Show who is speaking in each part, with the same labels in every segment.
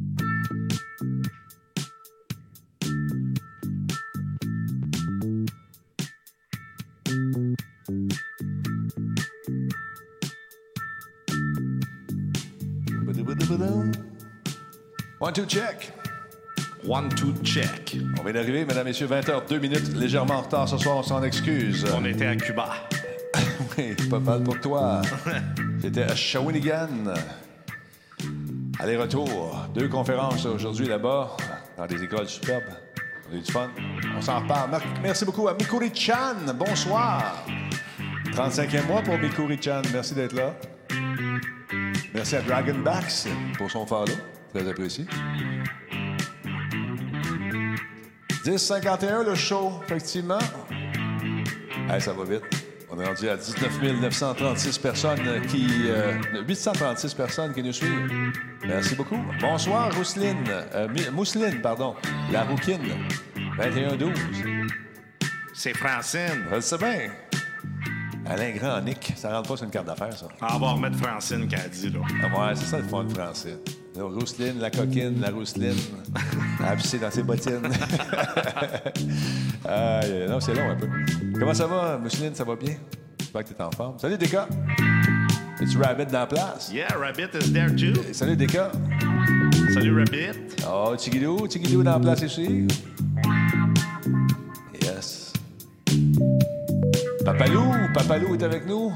Speaker 1: One, two, check.
Speaker 2: One, two, check.
Speaker 1: On vient d'arriver, mesdames, messieurs, 20h, 2 minutes, légèrement en retard ce soir, on s'en excuse.
Speaker 2: On était à Cuba.
Speaker 1: Oui, pas mal pour toi. C'était à Shawinigan. Aller-retour. Deux conférences aujourd'hui là-bas, dans des écoles superbes. On a eu du fun. On s'en reparle. Mer- Merci beaucoup à Mikuri-chan. Bonsoir. 35e mois pour Mikuri-chan. Merci d'être là. Merci à Dragonbacks pour son follow. Très apprécié. 10-51 le show, effectivement. Hey, ça va vite. On est rendu à 19 936 personnes qui. euh, 836 personnes qui nous suivent. Merci beaucoup. Bonsoir, Rousseline. Euh, Mi- Mousseline, pardon. La Rouquine. 21-12.
Speaker 2: C'est Francine.
Speaker 1: Je le sais bien. Alain Grand, Nick. Ça rentre pas sur une carte d'affaires, ça.
Speaker 2: Ah, on va remettre Francine qu'elle a dit, là.
Speaker 1: Ah ouais, c'est ça le fond de français. La rousseline, la coquine, la rousseline. Elle a pissé dans ses bottines. Aïe, non, c'est long un peu. Comment ça va, Mousseline? Ça va bien? J'espère que t'es en forme. Salut, Déca! Es-tu rabbit dans la place?
Speaker 2: Yeah, Rabbit is there too.
Speaker 1: Et Salut, Déca!
Speaker 2: Salut, Rabbit.
Speaker 1: Oh, Chiguidou, Chiguidou dans la place ici. Yes. Papalou, Papalou est avec nous.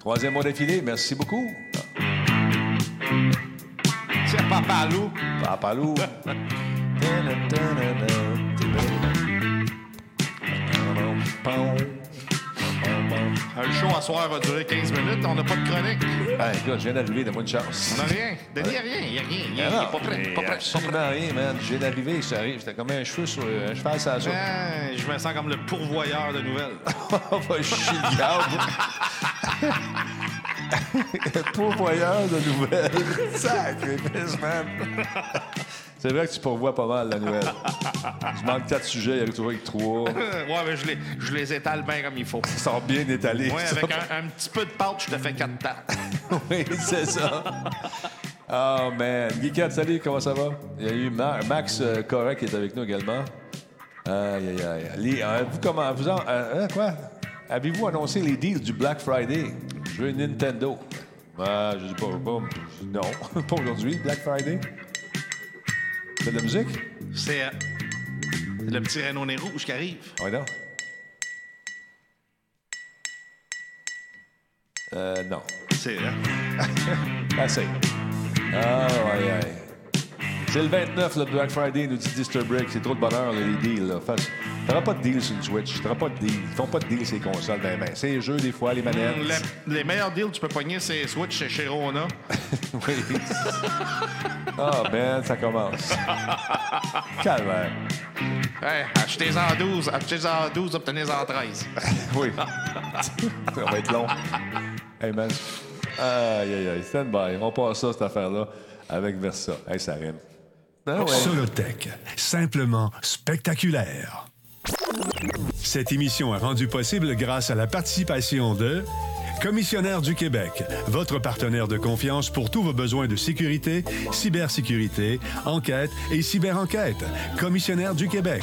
Speaker 1: Troisième mois d'affilée, merci beaucoup.
Speaker 2: C'est Papa Lou.
Speaker 1: Papalou.
Speaker 2: Le show à soir va durer 15 minutes. On n'a pas de chronique.
Speaker 1: Ah, écoute, je viens d'arriver, donne-moi une chance.
Speaker 2: On n'a rien. Denis, il a rien. Il n'y a rien. Il n'y a rien. Il est pas prêt.
Speaker 1: mais
Speaker 2: Pas prêt. Pas prêt.
Speaker 1: Absolument rien, man. Je viens d'arriver, j'arrive. J'étais comme un cheveu sur un cheval sur la soupe.
Speaker 2: Ah, Je me sens comme le pourvoyeur de nouvelles.
Speaker 1: On va chier le diable. Pourvoyeur de nouvelles. Sacrifice, man. C'est vrai que tu pourvois pas mal la nouvelle. Tu manques quatre sujets, il y a trouvé que trois.
Speaker 2: ouais, mais je les, je les étale bien comme il faut.
Speaker 1: Ils sont bien étalés.
Speaker 2: Ouais,
Speaker 1: ça.
Speaker 2: avec un, un petit peu de pâte, je te fais quatre tas.
Speaker 1: Oui, c'est ça. Oh man. Guiquette, salut, comment ça va? Il y a eu Ma- Max euh, Corret qui est avec nous également. Aïe, aïe, aïe. Les- euh, vous, comment, vous en- euh, hein, quoi? Avez-vous annoncé les deals du Black Friday? Je veux une Nintendo. Ah, je dis pas, pas- non, pas aujourd'hui, Black Friday. C'est de la musique?
Speaker 2: C'est euh, le petit Renault Nez Rouge qui arrive.
Speaker 1: Oui, non. Euh, non.
Speaker 2: C'est euh,
Speaker 1: Assez. Ah, ouais, ouais. C'est le 29, le Black Friday, nous dit Disturbrick. C'est trop de bonheur, là, les deals. Là. Fait que T'auras pas de deal sur une Switch. T'auras pas de deal. Ils font pas de deal, ces consoles. Ben, ben, c'est les jeux, des fois, les manettes.
Speaker 2: le- les meilleurs deals que tu peux pogner, c'est Switch chez- chez Rona.
Speaker 1: Oui. Ah, ben, ça commence. Calvaire.
Speaker 2: Hey, achetez-en 12, achetez-en 12, obtenez-en 13.
Speaker 1: Oui. ça va être long. Hey, man. Aïe, aïe, aïe. Stand by. On passe ça, cette affaire-là, avec Versa. Hey, ça rime. Ah, ouais.
Speaker 3: Solotech, simplement spectaculaire. Cette émission est rendue possible grâce à la participation de Commissionnaire du Québec, votre partenaire de confiance pour tous vos besoins de sécurité, cybersécurité, enquête et cyberenquête. Commissionnaire du Québec.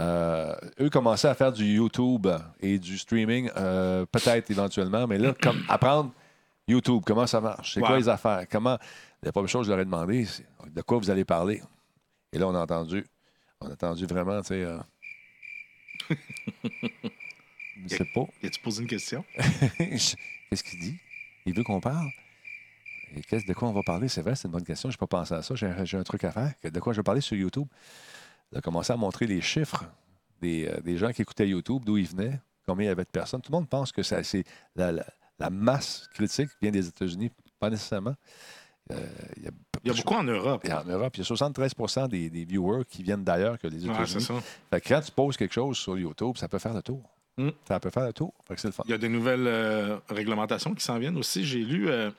Speaker 1: euh, eux commençaient à faire du YouTube et du streaming, euh, peut-être éventuellement, mais là, comme apprendre YouTube, comment ça marche, c'est quoi
Speaker 2: Ouais.
Speaker 1: les affaires, comment... La première chose que je leur ai demandé, c'est de quoi vous allez parler. Et là, on a entendu, on a entendu vraiment, tu sais... euh, je sais pas.
Speaker 2: Et tu poses une question?
Speaker 1: Je- Qu'est-ce qu'il dit? Il veut qu'on parle? Et qu'est-ce, de quoi on va parler? C'est vrai, c'est une bonne question. Je n'ai pas pensé à ça. J'ai, un- j'ai un truc à faire. Que- De quoi je vais parler sur YouTube? Il a commencé à montrer les chiffres des, euh, des gens qui écoutaient YouTube, d'où ils venaient, combien il y avait de personnes. Tout le monde pense que ça, c'est la, la- la masse critique vient des États-Unis, pas nécessairement. Euh, il y a,
Speaker 2: Il y a beaucoup en Europe.
Speaker 1: et en Europe, il y a 73 des, des viewers qui viennent d'ailleurs que les
Speaker 2: Ouais, c'est
Speaker 1: États-Unis.
Speaker 2: ça.
Speaker 1: Fait que quand tu poses quelque chose sur YouTube, ça peut faire le tour.
Speaker 2: Mm.
Speaker 1: Ça peut faire le tour. Fait que c'est le fun.
Speaker 2: Il y a des nouvelles euh, réglementations qui s'en viennent aussi. J'ai lu, euh,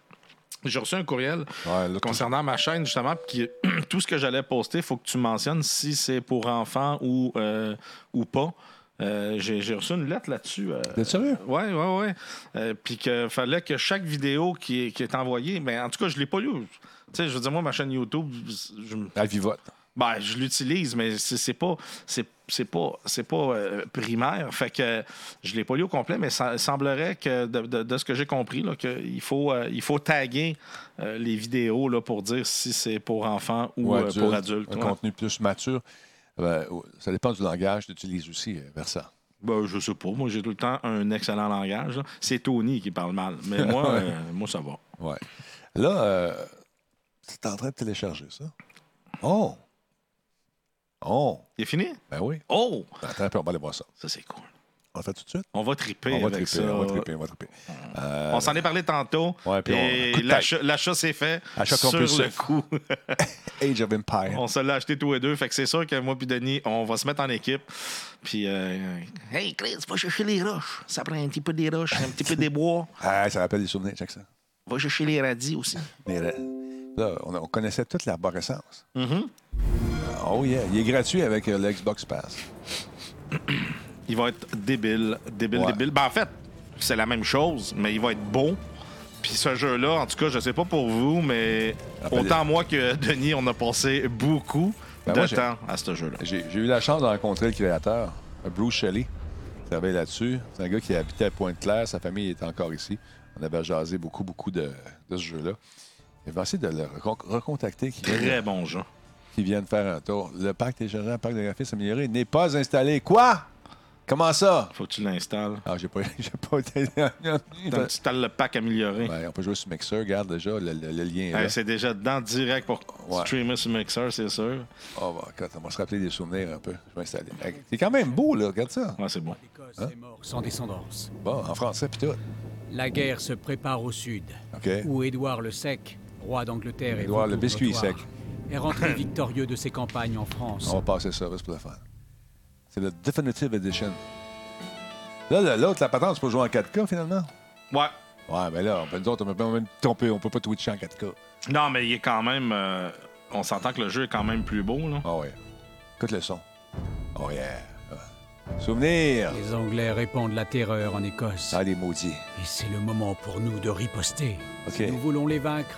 Speaker 2: j'ai reçu un courriel
Speaker 1: Ouais, là,
Speaker 2: concernant ma chaîne, justement, puis qui- tout ce que j'allais poster, il faut que tu mentionnes si c'est pour enfants ou, euh, ou pas. Euh, j'ai j'ai reçu une lettre là-dessus. euh,
Speaker 1: T'es sérieux?
Speaker 2: Oui, oui, oui. Euh, Puis qu'il fallait que chaque vidéo qui est, qui est envoyée, mais en tout cas, je ne l'ai pas lu. Tu sais, je veux dire, moi, ma chaîne YouTube, je, me-
Speaker 1: Elle vivote.
Speaker 2: ben, je l'utilise, mais c'est c'est pas, c'est c'est pas, c'est pas euh, primaire. Fait que je l'ai pas lu au complet, mais ça semblerait que de, de- de ce que j'ai compris, là, qu'il faut, euh, il faut taguer euh, les vidéos là, pour dire si c'est pour enfants ou
Speaker 1: Ouais,
Speaker 2: euh, pour adultes.
Speaker 1: Un
Speaker 2: ouais.
Speaker 1: contenu plus mature. Euh, ou- ça dépend du langage que tu utilises aussi, euh, Versant.
Speaker 2: Ben, je sais pas. Moi, j'ai tout le temps un excellent langage. là. C'est Tony qui parle mal, mais moi, euh, moi ça va.
Speaker 1: Ouais. Là, euh, c'est en train de télécharger ça. Oh! Oh!
Speaker 2: Il est fini?
Speaker 1: Ben oui.
Speaker 2: Oh!
Speaker 1: Attends un peu, on va aller voir ça.
Speaker 2: Ça, c'est cool.
Speaker 1: On le fait tout de suite?
Speaker 2: On va triper.
Speaker 1: On va,
Speaker 2: avec
Speaker 1: triper,
Speaker 2: ça.
Speaker 1: on va triper, on va triper. Euh,
Speaker 2: On s'en est parlé tantôt.
Speaker 1: Ouais, puis on-
Speaker 2: et
Speaker 1: coup de
Speaker 2: l'achat l'achat s'est fait
Speaker 1: Achat
Speaker 2: sur le
Speaker 1: compulsif.
Speaker 2: coup.
Speaker 1: Age of Empire.
Speaker 2: on se l'a acheté tous les deux. Fait que c'est sûr que moi puis Denis, on va se mettre en équipe. Puis, euh, hey, Chris, va chercher les roches. Ça prend un petit peu des roches, un petit peu des bois.
Speaker 1: Ah, ça rappelle des souvenirs, check ça.
Speaker 2: Va chercher les radis aussi.
Speaker 1: Mais là, là, on, on connaissait toute l'arborescence.
Speaker 2: Mm-hmm.
Speaker 1: Oh yeah, il est gratuit avec euh, le Xbox Pass.
Speaker 2: Il va être débile, débile,
Speaker 1: Ouais.
Speaker 2: débile. Ben, en fait, c'est la même chose, mais il va être beau. Puis ce jeu-là, en tout cas, je sais pas pour vous, mais
Speaker 1: Rappelez-
Speaker 2: autant moi que Denis, on a passé beaucoup
Speaker 1: Ben,
Speaker 2: de
Speaker 1: moi, j'ai-
Speaker 2: temps à ce jeu-là.
Speaker 1: J'ai j'ai eu la chance de rencontrer le créateur, Bruce Shelley, qui travaille là-dessus. C'est un gars qui habitait à Pointe-Claire. Sa famille est encore ici. On avait jasé beaucoup, beaucoup de, de ce jeu-là. Et va essayer de le recon- recontacter, qui vienne,
Speaker 2: Très bon jeu.
Speaker 1: qu'il vienne faire un tour. Le parc des jardins, le parc de graphisme amélioré n'est pas installé. Quoi? Comment ça?
Speaker 2: Faut que tu l'installes.
Speaker 1: Ah, j'ai pas, j'ai pas été.
Speaker 2: T'as- Tu installes le pack amélioré.
Speaker 1: Ouais, on peut jouer sur Mixer, regarde déjà, le, le- le lien est là.
Speaker 2: Hey, c'est déjà dedans direct pour
Speaker 1: Ouais.
Speaker 2: streamer sur Mixer, c'est sûr.
Speaker 1: Oh, bah, écoute, on va se rappeler des souvenirs un peu. Je vais installer. Hey, C'est quand même beau, là, regarde ça.
Speaker 2: Ouais, c'est bon.
Speaker 4: L'Écosse est morte sans descendance.
Speaker 1: Bon, en français, puis tout.
Speaker 4: La guerre se prépare au sud,
Speaker 1: OK.
Speaker 4: où Édouard le Sec, roi d'Angleterre et
Speaker 1: Édouard le
Speaker 4: vautour
Speaker 1: biscuit
Speaker 4: notoire,
Speaker 1: sec. Oh.
Speaker 4: est rentré victorieux de ses campagnes en France.
Speaker 1: On va passer ça, c'est pour le fun. C'est le Definitive Edition. Là, le- l'autre, la patente, c'est pour jouer en 4K, finalement.
Speaker 2: Ouais.
Speaker 1: Ouais, mais là, on peut, nous autres, on peut même tromper, on peut pas twitcher en 4K.
Speaker 2: Non, mais il est quand même. euh, on s'entend que le jeu est quand même plus beau, là.
Speaker 1: Ah ouais. Écoute le son. Oh yeah. Ouais. Souvenir.
Speaker 4: Les Anglais répandent la terreur en Écosse.
Speaker 1: Ah, les maudits.
Speaker 4: Et c'est le moment pour nous de riposter.
Speaker 1: Ok.
Speaker 4: Si nous voulons les vaincre,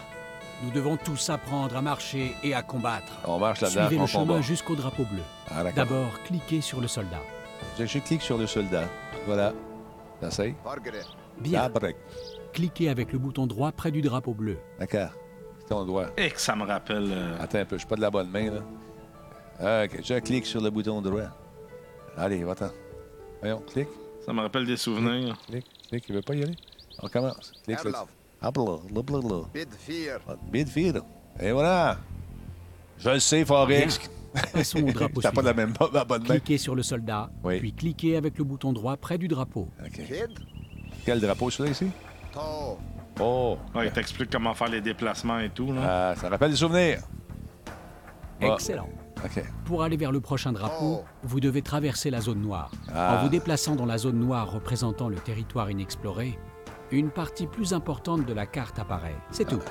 Speaker 4: nous devons tous apprendre à marcher et à combattre.
Speaker 1: On marche là-dedans,
Speaker 4: Suivez
Speaker 1: on
Speaker 4: le chemin
Speaker 1: combat.
Speaker 4: jusqu'au drapeau bleu.
Speaker 1: Ah, d'accord.
Speaker 4: D'abord, cliquez sur le soldat.
Speaker 1: Je, je clique sur le soldat. Voilà. J'essaye.
Speaker 4: Bien.
Speaker 1: Ah, break.
Speaker 4: cliquez avec le bouton droit près du drapeau bleu.
Speaker 1: D'accord. C'est ton doigt.
Speaker 2: Et que ça me rappelle. euh,
Speaker 1: Attends un peu, je suis pas de la bonne main, là. OK, je clique sur le bouton droit. Allez, va-t'en. Voyons, clique,
Speaker 2: ça me rappelle des souvenirs.
Speaker 1: clique, clique. Il veut pas y aller. On Ah, recommence. Clique sur le...
Speaker 5: Ablaw.
Speaker 1: Ablaw, ablaw, ablaw.
Speaker 5: Bid fear.
Speaker 1: Midfield. Ah, Et voilà. Je le sais, Forex.
Speaker 4: Passons au drapeau
Speaker 1: T'as pas
Speaker 4: suivant.
Speaker 1: la même la bonne main.
Speaker 4: Cliquez sur le soldat,
Speaker 1: Bah, Oui.
Speaker 4: puis cliquez avec le bouton droit près du drapeau.
Speaker 1: OK.
Speaker 5: Bid.
Speaker 1: Quel drapeau, celui-là, ici?
Speaker 5: Toe.
Speaker 1: Oh.
Speaker 2: Ouais, il t'explique comment faire les déplacements et tout. Là.
Speaker 1: Ah, ça rappelle des souvenirs. Ah.
Speaker 4: Excellent.
Speaker 1: OK.
Speaker 4: Pour aller vers le prochain drapeau,
Speaker 5: Oh.
Speaker 4: vous devez traverser la zone noire.
Speaker 1: Ah.
Speaker 4: En vous déplaçant dans la zone noire représentant le territoire inexploré, une partie plus importante de la carte apparaît. C'est tout.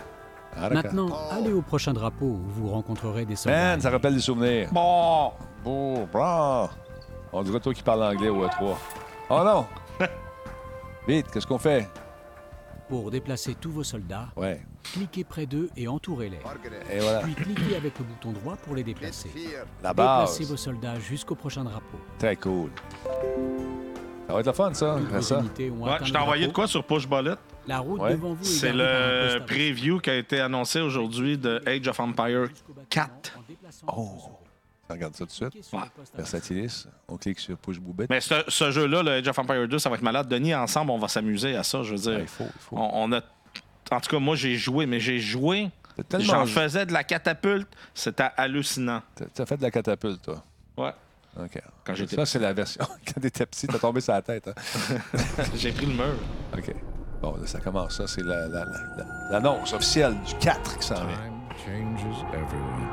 Speaker 1: Ah, d'accord.
Speaker 4: Maintenant, allez au prochain drapeau où vous rencontrerez des soldats.
Speaker 1: Man, ça rappelle des souvenirs.
Speaker 2: Bon!
Speaker 1: Bon, bon. On dirait toi qui parles anglais au E3. Oh non! Vite, qu'est-ce qu'on fait?
Speaker 4: Pour déplacer tous vos soldats,
Speaker 1: Ouais.
Speaker 4: cliquez près d'eux et entourez-les.
Speaker 5: Margaret.
Speaker 1: Et voilà.
Speaker 4: Puis cliquez avec le bouton droit pour les
Speaker 5: Bid
Speaker 4: déplacer.
Speaker 5: fear.
Speaker 1: La base.
Speaker 4: Déplacez vos soldats jusqu'au prochain drapeau.
Speaker 1: Très cool. Ça va être le fun, ça.
Speaker 4: Toutes
Speaker 1: après
Speaker 4: vos
Speaker 1: ça.
Speaker 4: unités ont
Speaker 2: Ouais,
Speaker 4: atteint
Speaker 2: je
Speaker 4: le
Speaker 2: t'ai envoyé de
Speaker 4: drapeau.
Speaker 2: quoi sur Push Bullet?
Speaker 4: La route
Speaker 1: Ouais.
Speaker 4: devant vous est
Speaker 2: C'est
Speaker 4: gardée par un
Speaker 2: le
Speaker 4: poste à voix.
Speaker 2: preview qui a été annoncé aujourd'hui de Age of Empire 4.
Speaker 4: En déplaçant
Speaker 1: Oh. On regarde ça tout de suite.
Speaker 4: cliquez sur le
Speaker 2: Ouais.
Speaker 4: poste à voix.
Speaker 1: Versatilis. On clique sur Push Boubette.
Speaker 2: Mais ce, ce jeu-là, le Age of Empire 2, ça va être malade. Denis, ensemble, on va s'amuser à ça. Je veux dire,
Speaker 1: Ouais, il faut, il faut.
Speaker 2: On, on a. En tout cas, moi, j'ai joué, mais j'ai joué.
Speaker 1: T'as tellement
Speaker 2: J'en
Speaker 1: joué.
Speaker 2: faisais de la catapulte. C'était hallucinant.
Speaker 1: T'as- T'as fait de la catapulte, toi.
Speaker 2: Ouais.
Speaker 1: OK.
Speaker 2: Quand j'étais
Speaker 1: Ça, c'est la version. Quand t'étais petit, t'as tombé sur la tête. Hein?
Speaker 2: J'ai pris le mur.
Speaker 1: OK. Bon, là, ça commence. Ça, c'est la- la- la- la- l'annonce officielle du 4 qui s'en vient.
Speaker 6: Time changes everyone.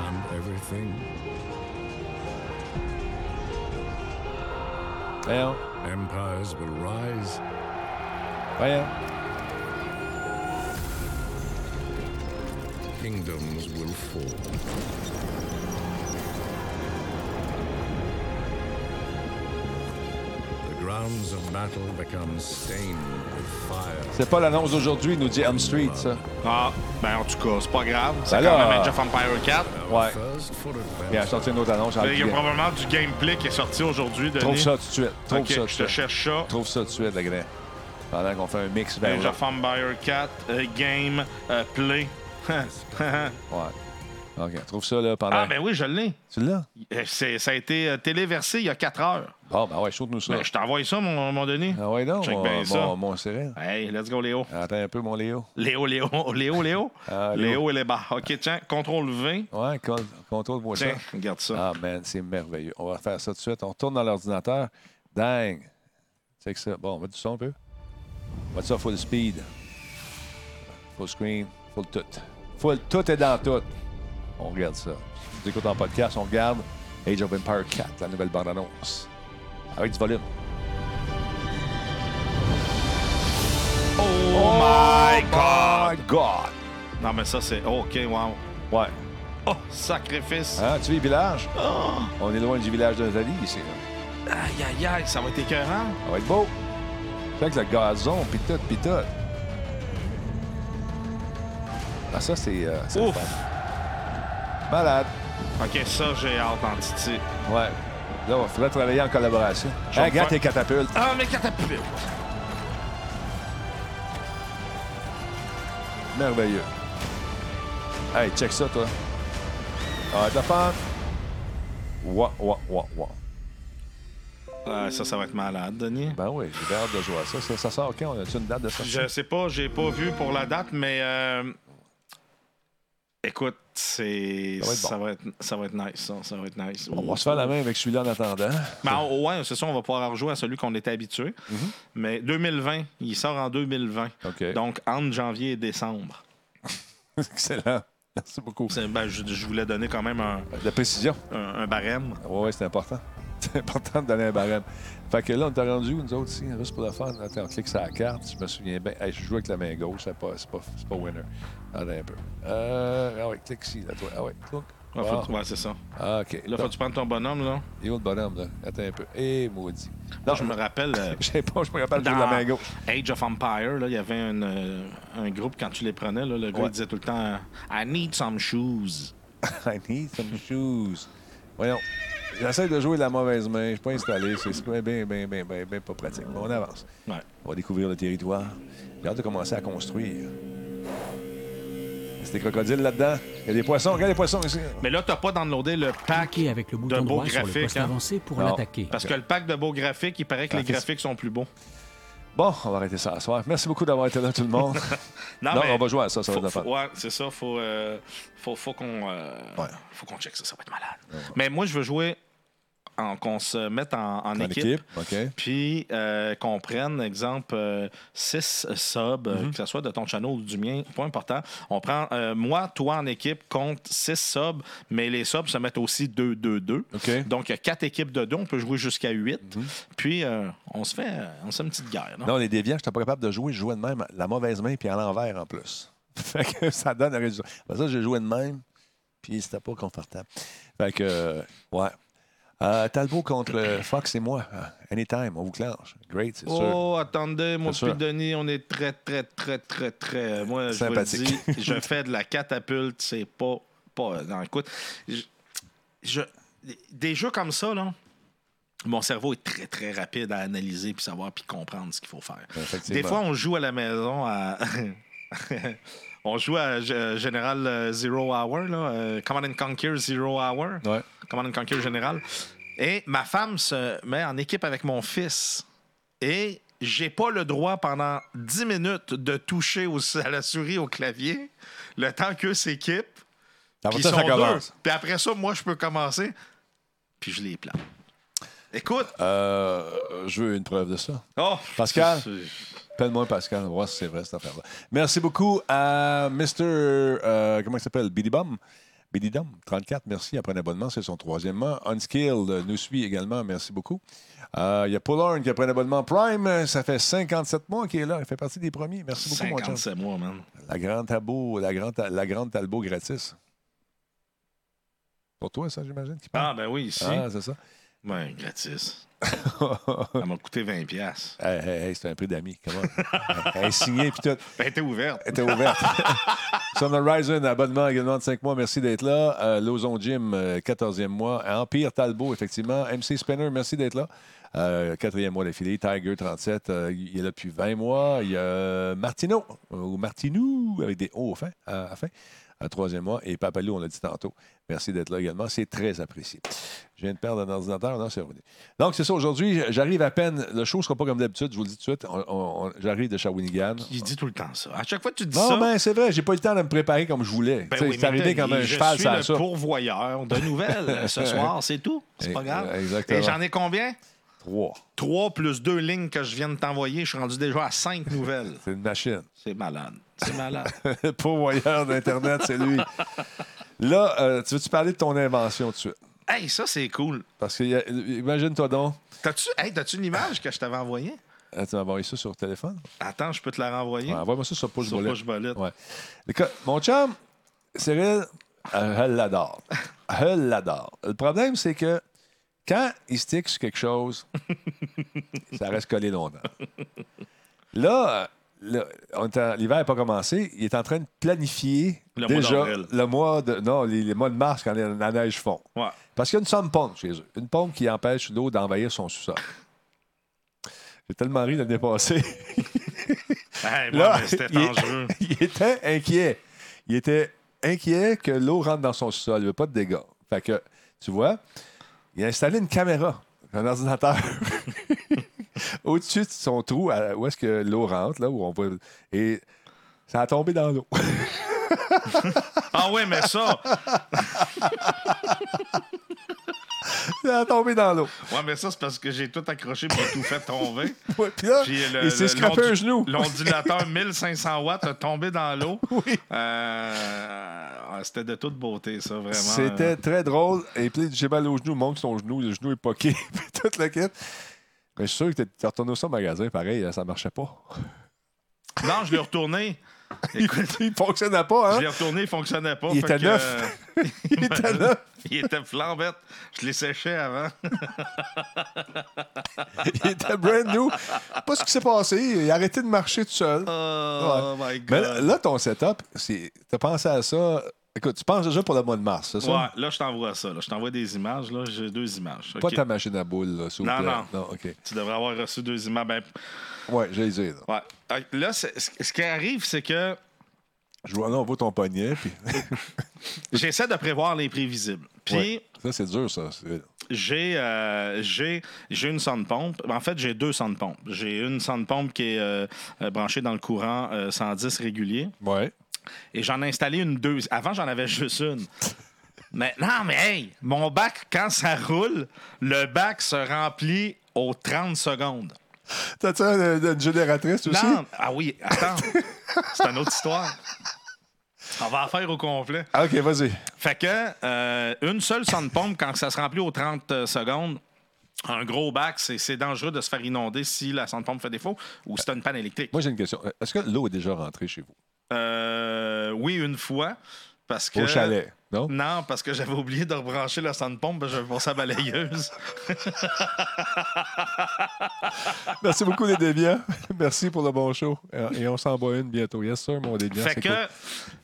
Speaker 6: And everything.
Speaker 1: Voyons.
Speaker 6: Empires will rise,
Speaker 1: Voyons.
Speaker 6: kingdoms will fall. The grounds of battle become stained with fire.
Speaker 1: C'est pas l'annonce d'aujourd'hui, nous dit Elm Street, ça.
Speaker 2: Ah, ben en tout cas, c'est pas grave. C'est
Speaker 1: Ben
Speaker 2: quand
Speaker 1: là,
Speaker 2: même Age of Empire 4.
Speaker 1: Ouais.
Speaker 6: First for
Speaker 1: Il a
Speaker 6: adventure.
Speaker 1: sorti une autre annonce. en
Speaker 2: Ben, Il y a
Speaker 1: billets.
Speaker 2: probablement du gameplay qui est sorti aujourd'hui, Denis.
Speaker 1: Ah, Trouve ça tout de suite. Trouve
Speaker 2: Ok,
Speaker 1: ça tout de
Speaker 2: je te
Speaker 1: suite.
Speaker 2: cherche ça.
Speaker 1: Trouve ça tout de suite, le grand. Pendant qu'on fait un mix vers
Speaker 2: Age
Speaker 1: là.
Speaker 2: of Empire 4, euh, game, euh, play.
Speaker 1: Ouais. OK. Trouve ça, là, pendant.
Speaker 2: ah, ben oui, je l'ai.
Speaker 1: Tu l'as?
Speaker 2: Euh, c'est- Ça a été euh, téléversé il y a 4 heures.
Speaker 1: Bon, ben ouais, chaude-nous ça.
Speaker 2: Ben, je t'envoie ça, mon, mon Denis.
Speaker 1: Ah ouais, non,
Speaker 2: Check
Speaker 1: mon,
Speaker 2: bien
Speaker 1: mon,
Speaker 2: ça.
Speaker 1: mon Cyril.
Speaker 2: Hey, let's go, Léo.
Speaker 1: Attends un peu, mon Léo.
Speaker 2: Léo, Léo, Léo, Léo.
Speaker 1: Ah, Léo.
Speaker 2: Léo, il est bas. OK, tiens, contrôle V.
Speaker 1: Ouais, con- contrôle-moi ça.
Speaker 2: Tiens, regarde ça.
Speaker 1: Ah, man, c'est merveilleux. On va faire ça tout de suite. On retourne dans l'ordinateur. Dang! Check ça. Bon, on va du son un peu. On va de ça full speed. Full screen, full tout. Full tout est dans tout. On regarde ça. Si vous écoutez en podcast, on regarde Age of Empire 4, la nouvelle bande-annonce. Avec du volume.
Speaker 2: Oh my God!
Speaker 1: My God!
Speaker 2: Non, mais ça, c'est... OK, wow.
Speaker 1: Ouais.
Speaker 2: Oh, sacrifice.
Speaker 1: Hein, tu vis le village?
Speaker 2: Oh!
Speaker 1: On est loin du village de Nathalie ici. là.
Speaker 2: Aïe, aïe, aïe, ça va être écœurant.
Speaker 1: Ça va être beau. Check le gazon, pis tout, pis tout. Ah, ça, c'est. euh, c'est le
Speaker 2: Ouf.
Speaker 1: fun. Malade.
Speaker 2: OK, ça, j'ai hâte en titi.
Speaker 1: Ouais. Là, il faudrait travailler en collaboration.
Speaker 2: Je vais
Speaker 1: Hey, regarde
Speaker 2: faire-
Speaker 1: tes catapultes.
Speaker 2: Ah, mais catapulte!
Speaker 1: Merveilleux. Hey, check ça, toi. Ah, de la fun. Ouah, ouah, ouah, ouah.
Speaker 2: Ah, ça, ça va être malade, Denis.
Speaker 1: Ben oui, j'ai bien hâte de jouer à ça. ça. ça sort quand? On a-tu une date de ça?
Speaker 2: Je sais pas, j'ai pas vu pour la date, mais euh, écoute, c'est
Speaker 1: Ça va être bon.
Speaker 2: ça, va être ça va être nice, ça, ça va être nice.
Speaker 1: On va se faire la main avec celui-là en attendant.
Speaker 2: Mais en- ouais, c'est ça, on va pouvoir rejouer à celui qu'on était habitué. Mais 2020, il sort en 2020,
Speaker 1: OK.
Speaker 2: donc entre janvier et décembre.
Speaker 1: Excellent. Merci beaucoup.
Speaker 2: C'est- ben, je, je voulais donner quand même un,
Speaker 1: La précision.
Speaker 2: un- un barème.
Speaker 1: Oui, c'est important. C'est important de donner un barème. Fait que là, on t'a rendu où, nous autres, ici, hein, juste pour le fun? Attends, on clique sur la carte, je me souviens bien. Hey, je joue avec la main gauche, c'est pas, c'est pas, c'est pas winner. Attends un peu. Euh, ah oui, clique ici, là, toi. Ah oui, clique.
Speaker 2: Ouais,
Speaker 1: Bon.
Speaker 2: faut- ouais, c'est ça.
Speaker 1: Ah, OK.
Speaker 2: Là, faut que tu prendre ton bonhomme, là.
Speaker 1: Il est où le bonhomme, là? Attends un peu. Eh, maudit.
Speaker 2: Là, je me rappelle. euh,
Speaker 1: Je sais pas, je me rappelle de
Speaker 2: Dans
Speaker 1: la main gauche.
Speaker 2: Age of Empire, là, il y avait un, euh, un groupe, quand tu les prenais, là, le gars
Speaker 1: Ouais.
Speaker 2: il disait tout le temps euh, I need some shoes.
Speaker 1: I need some shoes. Voyons. J'essaie de jouer de la mauvaise main. Je suis pas installé. C'est c'est bien, bien, bien, bien, bien, bien pas pratique. Mais on avance.
Speaker 2: Ouais.
Speaker 1: On va découvrir le territoire. J'ai hâte de commencer à construire. C'est des crocodiles là-dedans. Il y a des poissons. Regarde les poissons ici.
Speaker 2: Mais là, t'as pas downloadé le pack
Speaker 4: Cliquez avec le
Speaker 2: de
Speaker 4: bouton
Speaker 2: beaux
Speaker 4: droit sur le
Speaker 2: graphiques.
Speaker 4: poste
Speaker 2: hein.
Speaker 4: avancé pour
Speaker 1: Non.
Speaker 4: l'attaquer.
Speaker 2: Parce que le pack de beaux graphiques, il paraît que les
Speaker 1: Graphisme.
Speaker 2: graphiques sont plus beaux.
Speaker 1: Bon, on va arrêter ça à soir. Merci beaucoup d'avoir été là, tout le monde. non,
Speaker 2: mais
Speaker 1: on va jouer à ça, ça va
Speaker 2: faut-
Speaker 1: être la
Speaker 2: faut-
Speaker 1: fun.
Speaker 2: Ouais, c'est ça. Faut, euh, faut, faut qu'on euh,
Speaker 1: Ouais.
Speaker 2: faut qu'on check ça. Ça va être malade. Mais moi, je veux jouer en- qu'on se mette en, en
Speaker 1: En
Speaker 2: équipe.
Speaker 1: équipe. OK.
Speaker 2: Puis euh, qu'on prenne, exemple, 6 subs,
Speaker 1: Mhm.
Speaker 2: euh, que ce soit de ton channel ou du mien, pas important. On prend euh, moi, toi en équipe contre 6 subs, mais les subs se mettent aussi 2-2-2.
Speaker 1: OK. Mhm.
Speaker 2: Donc, il y a 4 équipes de 2, on peut jouer jusqu'à 8. Puis euh, on se fait, on se fait une petite guerre. non?
Speaker 1: Non, les déviants, je n'étais pas capable de jouer. Je jouais de même, la mauvaise main, puis à l'envers en plus. fait que ça donne un résultat. Après ça, j'ai joué de même, puis c'était pas confortable. Fait que, euh, ouais. Euh, Talbot contre Fox et moi. Anytime, on vous clenche. Great, c'est sûr.
Speaker 2: Oh, attendez, moi
Speaker 1: C'est
Speaker 2: puis
Speaker 1: sûr.
Speaker 2: Denis, on est très, très, très, très, très. euh, Moi, je vous le dis,
Speaker 1: Sympathique.
Speaker 2: je fais de la catapulte, c'est pas. pas non, écoute, je, je- des jeux comme ça, là, mon cerveau est très, très rapide à analyser, puis savoir, puis comprendre ce qu'il faut faire.
Speaker 1: Effectivement.
Speaker 2: Des fois, on joue à la maison à. on joue à G- Général euh, Zero Hour, là, euh, Command and Conquer Zero Hour.
Speaker 1: Ouais.
Speaker 2: Command and Conquer Général. Et ma femme se met en équipe avec mon fils. Et j'ai pas le droit pendant 10 minutes de toucher au- à la souris au clavier le temps qu'eux s'équipent.
Speaker 1: Ça va
Speaker 2: Puis ils
Speaker 1: ça, ça
Speaker 2: sont deux.
Speaker 1: commence.
Speaker 2: Puis après ça, moi, je peux commencer. Puis je les plante. Écoute.
Speaker 1: Euh, je veux une preuve de ça.
Speaker 2: Oh,
Speaker 1: Pascal?
Speaker 2: c'est-
Speaker 1: Pelle-moi, Pascal, on va voir si c'est vrai cette affaire-là. Merci beaucoup à Mr. euh, comment il s'appelle Billy Bum. Billy Dum, 34, merci. Après un abonnement, c'est son troisième mois. Unskilled nous suit également, merci beaucoup. Euh, Il y a Paul Horn qui a pris un abonnement Prime. Ça fait 57 mois qu'il est là. Il fait partie des premiers. Merci beaucoup, mon chum.
Speaker 2: 57 mois, man.
Speaker 1: La grande Talbot, la grande, Ta- la grande Talbot gratis. Pour toi, ça, j'imagine, qui parle.
Speaker 2: Ah, ben oui, ici.
Speaker 1: Ah, c'est ça.
Speaker 2: Ben, gratis. Ça m'a coûté 20$. piastres.
Speaker 1: Hey, hey, hey, c'est un peu d'amis. Comment? hey, signé, puis tout.
Speaker 2: Ben, t'es ouverte.
Speaker 1: était ouverte. Sun Horizon, abonnement également de 5 mois, merci d'être là. Euh, Lozon Gym, euh, 14e mois. Empire Talbot, effectivement. MC Spinner, merci d'être là. Euh, Quatrième mois d'affilée. Tiger, 37, euh, il est là depuis 20 mois. Il y a Martino, ou Martinou, avec des O au fin, à, à la fin. Euh, troisième mois. Et Papalou, on l'a dit tantôt. Merci d'être là également. C'est très apprécié. Je viens de perdre un ordinateur. Non, c'est revenu. Donc, c'est ça. Aujourd'hui, j'arrive à peine. Le show ne sera pas comme d'habitude. Je vous le dis tout de suite. On- on- on- j'arrive de Shawinigan.
Speaker 2: Il dit tout le temps ça. À chaque fois que tu dis
Speaker 1: Non,
Speaker 2: ça,
Speaker 1: ben c'est vrai, j'ai pas eu le temps de me préparer comme je voulais.
Speaker 2: ben
Speaker 1: Tu sais,
Speaker 2: oui,
Speaker 1: c'est arrivé
Speaker 2: mais
Speaker 1: comme un
Speaker 2: je
Speaker 1: cheval,
Speaker 2: suis
Speaker 1: ça
Speaker 2: le
Speaker 1: ça.
Speaker 2: pourvoyeur de nouvelles ce soir, c'est tout. C'est pas
Speaker 1: Eh,
Speaker 2: grave.
Speaker 1: euh, exactement.
Speaker 2: Et j'en ai combien?
Speaker 1: Trois.
Speaker 2: Trois plus deux lignes que je viens de t'envoyer. Je suis rendu déjà à cinq nouvelles.
Speaker 1: C'est une machine.
Speaker 2: C'est malade. C'est malade.
Speaker 1: Le pourvoyeur d'Internet, c'est lui. Là, euh, tu veux-tu parler de ton invention tout de suite?
Speaker 2: hey, ça, c'est cool.
Speaker 1: Parce que, y a- imagine-toi donc.
Speaker 2: T'as-tu hey, t'as-tu une image que je t'avais envoyée?
Speaker 1: Ah, tu m'as envoyé ça sur le téléphone?
Speaker 2: Attends, je peux te la renvoyer.
Speaker 1: Ouais, Envoie-moi ça sur Push
Speaker 2: Sur
Speaker 1: Bullet.
Speaker 2: Push Bullet.
Speaker 1: Ouais. Écoute, mon chum, Cyril, euh, elle l'adore. Elle l'adore. Le problème, c'est que quand il stick sur quelque chose, ça reste collé longtemps. Là, euh, là, on est en- l'hiver n'a pas commencé. Il est en train de planifier
Speaker 2: Le mois
Speaker 1: déjà
Speaker 2: d'avril.
Speaker 1: le mois de. Non, les, les mois de mars quand la neige fond.
Speaker 2: Ouais.
Speaker 1: Parce qu'il y a une somme pompe chez eux. Une pompe qui empêche l'eau d'envahir son sous-sol. J'ai tellement ri l'année passée.
Speaker 2: Hey, moi,
Speaker 1: Là,
Speaker 2: mais c'était
Speaker 1: il est-
Speaker 2: dangereux.
Speaker 1: il était inquiet. Il était inquiet que l'eau rentre dans son sol. Il veut pas de dégâts. Fait que, tu vois, il a installé une caméra, un ordinateur, au-dessus de son trou, à- où est-ce que l'eau rentre, là, où on va. Et ça a tombé dans l'eau.
Speaker 2: Ah ouais, mais ça.
Speaker 1: ça a tombé dans l'eau.
Speaker 2: Ouais, mais ça, c'est parce que j'ai tout accroché pour tout fait tomber.
Speaker 1: Ouais, Puis là,
Speaker 2: Puis le-
Speaker 1: il s'est
Speaker 2: le-
Speaker 1: scrapé
Speaker 2: l'ondu-
Speaker 1: un genou.
Speaker 2: L'ondulateur 1500 watts a tombé dans l'eau.
Speaker 1: Oui.
Speaker 2: Euh, ah, C'était de toute beauté, ça, vraiment. euh,
Speaker 1: C'était très drôle. Et puis, j'ai mal au genou, monte son genou, le genou est poqué, puis toute la quête. Mais je suis sûr que tu retourné ça au magasin, pareil, ça marchait pas.
Speaker 2: Non, je l'ai retourné.
Speaker 1: il,
Speaker 2: Écoute,
Speaker 1: il fonctionnait pas,
Speaker 2: je
Speaker 1: hein?
Speaker 2: l'ai retourné, il fonctionnait pas.
Speaker 1: Il
Speaker 2: fait
Speaker 1: était
Speaker 2: que- euh,
Speaker 1: neuf. Il était là.
Speaker 2: il était flambette. Je l'ai séché avant.
Speaker 1: Il était brand new. Pas ce qui s'est passé. Il a arrêté de marcher tout seul. Euh,
Speaker 2: Oh
Speaker 1: Ouais.
Speaker 2: my
Speaker 1: Mais
Speaker 2: God.
Speaker 1: là, ton setup, c'est- t'as pensé à ça Écoute, tu penses déjà pour le mois de mars, c'est ça?
Speaker 2: Ouais, là, je t'envoie ça. là. Je t'envoie des images. là. J'ai deux images.
Speaker 1: Pas
Speaker 2: OK.
Speaker 1: ta machine à boules, là, s'il vous
Speaker 2: Non,
Speaker 1: plaît.
Speaker 2: non.
Speaker 1: OK.
Speaker 2: Tu devrais avoir reçu deux images. Ben,
Speaker 1: Ouais, j'ai les ai, là.
Speaker 2: ouais. Euh, Là, c'est- ce ce qui arrive, c'est que
Speaker 1: Je vois, là, on voit ton poignet, puis...
Speaker 2: j'essaie de prévoir les prévisibles. Puis,
Speaker 1: Ouais. Ça, c'est dur, ça. C'est-
Speaker 2: j'ai euh, j'ai j'ai une sonde pompe. En fait, j'ai deux sondes pompes. J'ai une sonde pompe qui est euh, euh, branchée dans le courant euh, 110 régulier.
Speaker 1: Ouais.
Speaker 2: Et j'en ai installé une deuxième. Avant, j'en avais juste une. Mais non, mais hey, mon bac, quand ça roule, le bac se remplit aux 30 secondes.
Speaker 1: T'as-tu une, une génératrice aussi?
Speaker 2: Non, ah oui, attends. C'est une autre histoire. On va en faire au complet.
Speaker 1: Ah, OK, vas-y.
Speaker 2: Fait que euh, une seule sonde pompe, quand ça se remplit aux 30 euh, secondes, un gros bac, c'est c'est dangereux de se faire inonder si la sonde pompe fait défaut ou si t'as une panne électrique.
Speaker 1: Moi, j'ai une question. Euh, Est-ce que l'eau est déjà rentrée chez vous?
Speaker 2: Euh, oui, une fois. Parce que...
Speaker 1: Au chalet, non?
Speaker 2: Non, parce que j'avais oublié de rebrancher la sonde pompe, parce que j'avais pensé à balayeuse.
Speaker 1: Merci beaucoup, les déviants. Merci pour le bon show. Euh, Et on s'en bat une bientôt. Yes, sir, mon déviant.
Speaker 2: fait
Speaker 1: c'est
Speaker 2: que
Speaker 1: cool.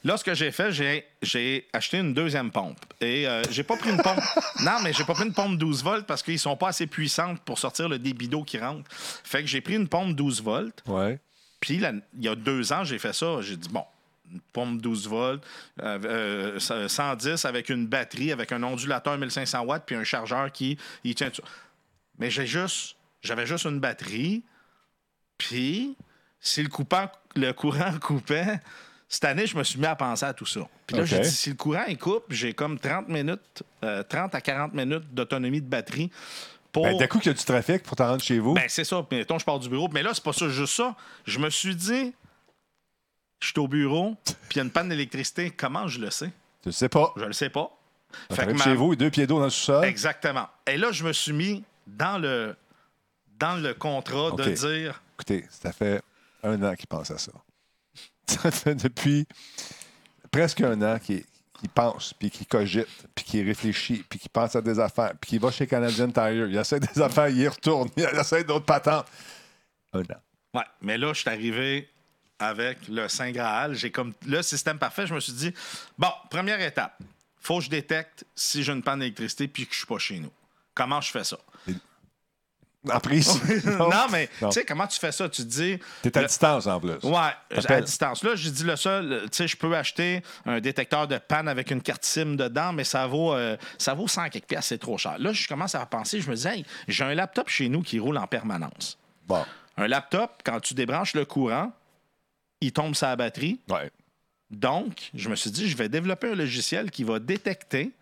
Speaker 2: là, ce que j'ai fait, j'ai- j'ai acheté une deuxième pompe. Et euh, j'ai pas pris une pompe. non, mais j'ai pas pris une pompe 12 volts parce qu'ils sont pas assez puissantes pour sortir le débit d'eau qui rentre. Fait que j'ai pris une pompe 12 volts.
Speaker 1: Ouais.
Speaker 2: Puis la- il y a deux ans, j'ai fait ça. J'ai dit, bon, une pompe 12 volts, euh, euh, 110 avec une batterie, avec un ondulateur 1500 watts, puis un chargeur qui il tient tout. Mais j'ai juste, j'avais juste une batterie. Puis, si le, coupant, le courant coupait, cette année, je me suis mis à penser à tout ça. Puis là,
Speaker 1: OK.
Speaker 2: j'ai dit, si le courant il coupe, j'ai comme 30 minutes, euh, 30 à 40 minutes d'autonomie de batterie pour.
Speaker 1: Ben, d'un coup, qu'il y a du trafic pour t'en rendre chez vous.
Speaker 2: Oh. Ben, c'est ça. Puis, Mettons, je pars du bureau. Mais là, c'est pas ça, juste ça. Je me suis dit, je suis au bureau, puis il y a une panne d'électricité. Comment je le sais?
Speaker 1: tu le sais pas.
Speaker 2: Je le sais pas.
Speaker 1: Fait
Speaker 2: ma-
Speaker 1: chez vous, hein? deux pieds d'eau dans le sous-sol.
Speaker 2: Exactement. Et là, je me suis mis dans le, dans le contrat
Speaker 1: OK.
Speaker 2: de dire,
Speaker 1: Écoutez, ça fait un an qu'il pense à ça. Ça fait depuis presque un an qu'il qu'il pense, puis qu'il cogite, puis qu'il réfléchit, puis qu'il pense à des affaires, puis qu'il va chez Canadian Tire. Il essaie des affaires, il y retourne, il essaie d'autres patentes. Un an.
Speaker 2: ouais, mais là, je suis arrivé avec le Saint Graal. J'ai comme le système parfait. Je me suis dit, bon, première étape, faut que je détecte si j'ai une panne d'électricité puis que je suis pas chez nous. Comment je fais ça?
Speaker 1: En prise.
Speaker 2: non, mais
Speaker 1: Non.
Speaker 2: tu sais, comment tu fais ça? Tu te dis.
Speaker 1: T'es à
Speaker 2: le-
Speaker 1: distance en plus.
Speaker 2: Ouais, à
Speaker 1: T'appelles.
Speaker 2: distance. Là, j'ai dit le seul, euh, tu sais, je peux acheter un détecteur de panne avec une carte SIM dedans, mais ça vaut, euh, ça vaut 100 quelques piastres, c'est trop cher. Là, je commence à penser, je me dis, hey, j'ai un laptop chez nous qui roule en permanence.
Speaker 1: Bon,
Speaker 2: Un laptop, quand tu débranches le courant, il tombe sa batterie.
Speaker 1: ouais.
Speaker 2: Donc, je me suis dit, je vais développer un logiciel qui va détecter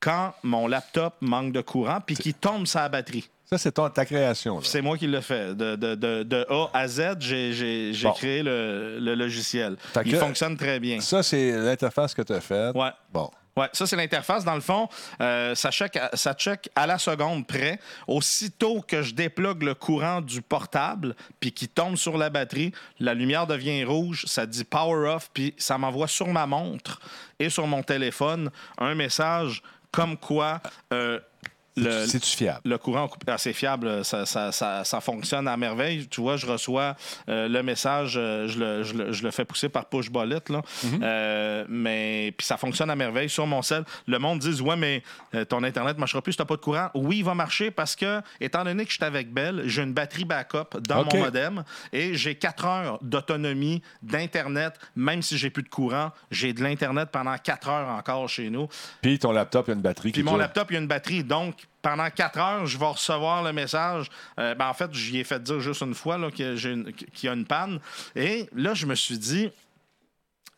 Speaker 2: quand mon laptop manque de courant puis qui tombe sa batterie.
Speaker 1: Ça, c'est ton- ta création. là.
Speaker 2: C'est moi qui l'ai fait. De, de- de- de A à Z, j'ai- j'ai j'ai
Speaker 1: Bon.
Speaker 2: créé le, le logiciel.
Speaker 1: Fait
Speaker 2: Il
Speaker 1: que-
Speaker 2: fonctionne très bien.
Speaker 1: Ça, c'est l'interface que tu as faite.
Speaker 2: Ouais.
Speaker 1: Bon.
Speaker 2: Ouais, ça, c'est l'interface. Dans le fond, euh, ça, check, à- ça check à la seconde près. Aussitôt que je déplogue le courant du portable puis qui tombe sur la batterie, la lumière devient rouge, ça dit power off, puis ça m'envoie sur ma montre et sur mon téléphone un message comme quoi euh, le,
Speaker 1: C'est-tu fiable?
Speaker 2: le courant coupé- ah, c'est fiable, ça, ça- ça- ça fonctionne à merveille. Tu vois, je reçois euh, le message, euh, je, le, je le- je le fais pousser par push bullet, là.
Speaker 1: Mhm.
Speaker 2: Euh, mais puis ça fonctionne à merveille sur mon cell. Le monde dit ouais, mais euh, ton internet marchera plus, si t'as pas de courant. Oui, il va marcher parce que étant donné que je suis avec Bell, j'ai une batterie backup dans
Speaker 1: OK.
Speaker 2: mon modem et j'ai 4 heures d'autonomie d'internet, même si j'ai plus de courant, j'ai de l'internet pendant 4 heures encore chez nous.
Speaker 1: Puis ton laptop, il y a une batterie qui
Speaker 2: Puis mon
Speaker 1: dure.
Speaker 2: laptop, il y a une batterie. Donc, pendant 4 heures, je vais recevoir le message. Euh, ben, en fait, j'y ai fait dire juste une fois là, que j'ai une- qu'il y a une panne. Et là, je me suis dit,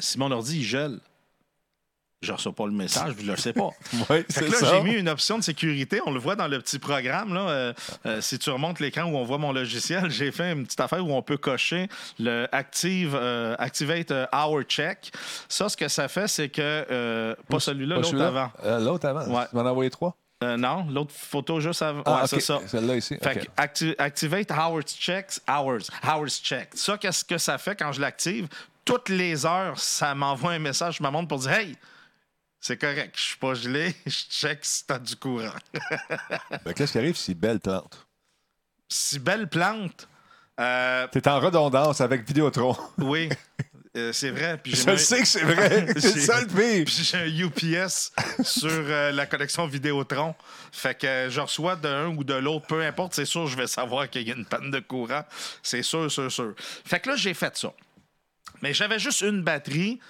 Speaker 2: si mon ordi, il gèle, je ne reçois pas le message, puis je ne le sais pas.
Speaker 1: Ouais,
Speaker 2: Fait
Speaker 1: c'est
Speaker 2: que là,
Speaker 1: ça.
Speaker 2: j'ai mis une option de sécurité. On le voit dans le petit programme. Là, Euh, euh, si tu remontes l'écran où on voit mon logiciel, j'ai fait une petite affaire où on peut cocher le active, euh, Activate euh, Hour Check. Ça, ce que ça fait, c'est que. euh, pas celui-là,
Speaker 1: Pas
Speaker 2: l'autre
Speaker 1: celui-là?
Speaker 2: avant.
Speaker 1: Euh, l'autre avant.
Speaker 2: Ouais.
Speaker 1: Tu m'en as envoyé trois?
Speaker 2: Euh, non, l'autre photo juste avant.
Speaker 1: Ah,
Speaker 2: ouais,
Speaker 1: OK.
Speaker 2: c'est ça.
Speaker 1: Celle-là ici.
Speaker 2: Fait
Speaker 1: OK.
Speaker 2: que acti- activate hours checks, hours, hours check. Ça, qu'est-ce que ça fait quand je l'active? Toutes les heures, ça m'envoie un message sur ma montre pour dire Hey, c'est correct, je suis pas gelé, je check si t'as du courant.
Speaker 1: Ben, Qu'est-ce qui arrive si Belle plante?
Speaker 2: Si belle plante, euh,
Speaker 1: T'es en redondance avec Vidéotron.
Speaker 2: oui. Euh, c'est vrai. Puis j'ai
Speaker 1: Je
Speaker 2: même-
Speaker 1: sais que c'est vrai. C'est
Speaker 2: J'ai-
Speaker 1: ça le pire.
Speaker 2: Puis j'ai un UPS sur euh, la collection Vidéotron. Fait que euh, je reçois de un ou de l'autre, peu importe, c'est sûr, je vais savoir qu'il y a une panne de courant. C'est sûr, sûr, sûr. Fait que là, j'ai fait ça. Mais j'avais juste une batterie.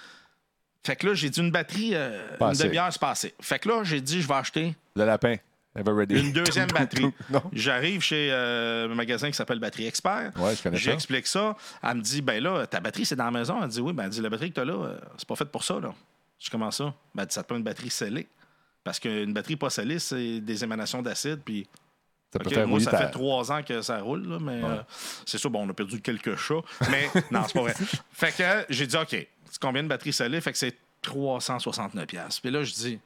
Speaker 2: Fait que là, j'ai dit une batterie, euh,
Speaker 1: Pas
Speaker 2: une
Speaker 1: assez.
Speaker 2: demi-heure, c'est passé. Fait que là, j'ai dit, je vais acheter
Speaker 1: Le lapin. Never ready.
Speaker 2: une deuxième batterie.
Speaker 1: Non.
Speaker 2: J'arrive chez euh, un magasin qui s'appelle Batterie Expert.
Speaker 1: Ouais, je connais ça.
Speaker 2: J'explique ça. Elle me dit ben là, ta batterie, c'est dans la maison. Elle dit oui, ben elle dit la batterie que t'as là, euh, c'est pas faite pour ça. là. Je dis, comment ça Ben elle dit, ça te prend une batterie scellée. Parce qu'une batterie pas scellée, c'est des émanations d'acide. Puis
Speaker 1: Ça peut
Speaker 2: OK,
Speaker 1: faire
Speaker 2: moi,
Speaker 1: rouiller
Speaker 2: ça
Speaker 1: ta-
Speaker 2: fait trois ans que ça roule, là, mais euh, c'est sûr, bon, on a perdu quelques chats, mais non, c'est pas vrai. Fait que euh, j'ai dit, OK, c'est combien de batteries scellées? Fait que c'est 369$. piastres. Puis là, je dis,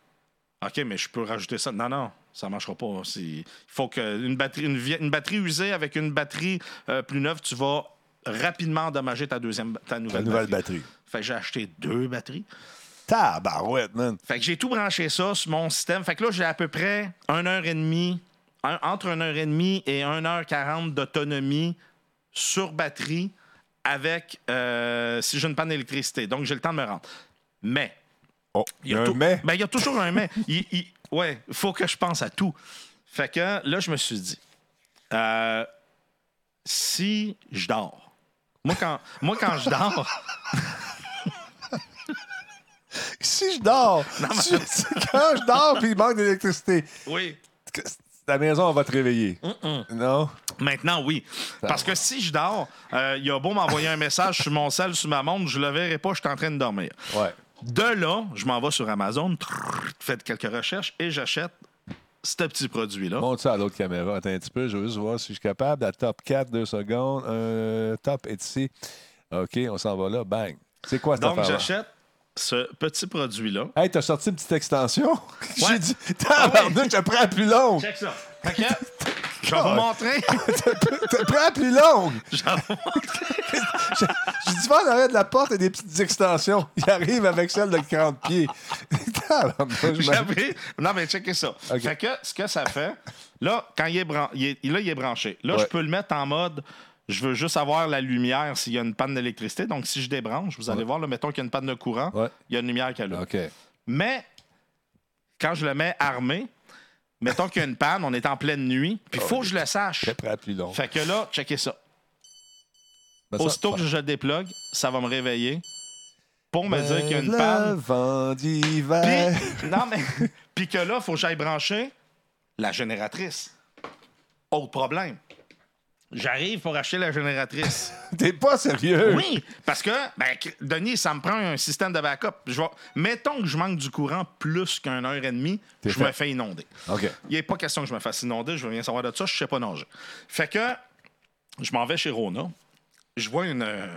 Speaker 2: OK, mais je peux rajouter ça. Non, non, ça marchera pas. C'est- Il faut qu'une batterie, une, vie- une batterie usée avec une batterie euh, plus neuve, tu vas rapidement endommager ta, deuxième, ta
Speaker 1: ta
Speaker 2: nouvelle,
Speaker 1: nouvelle
Speaker 2: batterie.
Speaker 1: batterie.
Speaker 2: Fait que j'ai acheté deux batteries.
Speaker 1: Tabarouette, man.
Speaker 2: Fait que j'ai tout branché ça sur mon système. Fait que là, j'ai à peu près 1 heure et demie, un- entre 1 heure et demie et 1 heure 40 d'autonomie sur batterie avec euh, si j'ai une panne d'électricité. Donc, j'ai le temps de me rendre. Mais,
Speaker 1: Oh, il y a un
Speaker 2: tou-
Speaker 1: mais.
Speaker 2: ben, il y a toujours un mais. Il, il- ouais, faut que je pense à tout. Fait que là, je me suis dit, euh, si je dors, moi quand, moi, quand je dors,
Speaker 1: Si je dors,
Speaker 2: mais-
Speaker 1: tu- quand je dors puis il manque d'électricité,
Speaker 2: oui.
Speaker 1: la maison va te réveiller. Non?
Speaker 2: Maintenant, oui. Parce que si je dors, euh, il a beau m'envoyer un message sur mon sel, sur ma montre, je le verrai pas, je suis en train de dormir.
Speaker 1: Ouais.
Speaker 2: De là, je m'en vais sur Amazon, trrr, faites quelques recherches et j'achète ce petit produit-là.
Speaker 1: Montre ça à l'autre caméra. Attends un petit peu, je veux juste voir si je suis capable. La top 4, deux secondes. Euh, top est ici. OK, on s'en va là. Bang. C'est quoi cette
Speaker 2: Donc,
Speaker 1: affaire-là?
Speaker 2: j'achète ce petit produit-là.
Speaker 1: Hey, t'as sorti une petite extension? J'ai
Speaker 2: Ouais.
Speaker 1: dit,
Speaker 2: Ah
Speaker 1: tabarnak, je prends la plus longue!
Speaker 2: Check ça. Fait que, je vais vous montrer.
Speaker 1: Je prends la plus longue!
Speaker 2: Je vais vous montrer.
Speaker 1: Je, je dis, va en arrière de la porte et des petites extensions. Il arrive avec celle de 40 pieds. Tabarnak, je m'en-
Speaker 2: J'avais- Non, mais checkez ça.
Speaker 1: Ok.
Speaker 2: Fait que ce que ça fait, là, quand il est, bran- il est- là, il est branché, là,
Speaker 1: Ouais.
Speaker 2: je peux le mettre en mode. Je veux juste avoir la lumière s'il y a une panne d'électricité. Donc, si je débranche, vous allez voir, là, mettons qu'il y a une panne de courant,
Speaker 1: Ouais.
Speaker 2: il y a une lumière qui allume.
Speaker 1: OK.
Speaker 2: Mais quand je le mets armé, mettons qu'il y a une panne, on est en pleine nuit, puis il faut que je le sache.
Speaker 1: Je prends la plus longue.
Speaker 2: Fait que là, checkez ça.
Speaker 1: Ben, ça-
Speaker 2: Aussitôt que je le déplogue, ça va me réveiller pour
Speaker 1: Ben
Speaker 2: me dire qu'il y a une
Speaker 1: Le
Speaker 2: panne.
Speaker 1: vent d'hiver.
Speaker 2: Puis, non, mais. Puis que là, faut que j'aille brancher la génératrice. Autre problème. J'arrive pour acheter la génératrice.
Speaker 1: T'es pas sérieux?
Speaker 2: Oui, parce que, ben, cr- Denis, ça me prend un système de backup. Je vais- Mettons que je manque du courant plus qu'une heure et demie,
Speaker 1: T'es
Speaker 2: je
Speaker 1: fait.
Speaker 2: me fais inonder.
Speaker 1: OK.
Speaker 2: Il n'est pas question que je me fasse inonder, je veux rien savoir de ça, je sais pas nager. Fait que je m'en vais chez Rona, je vois une, euh,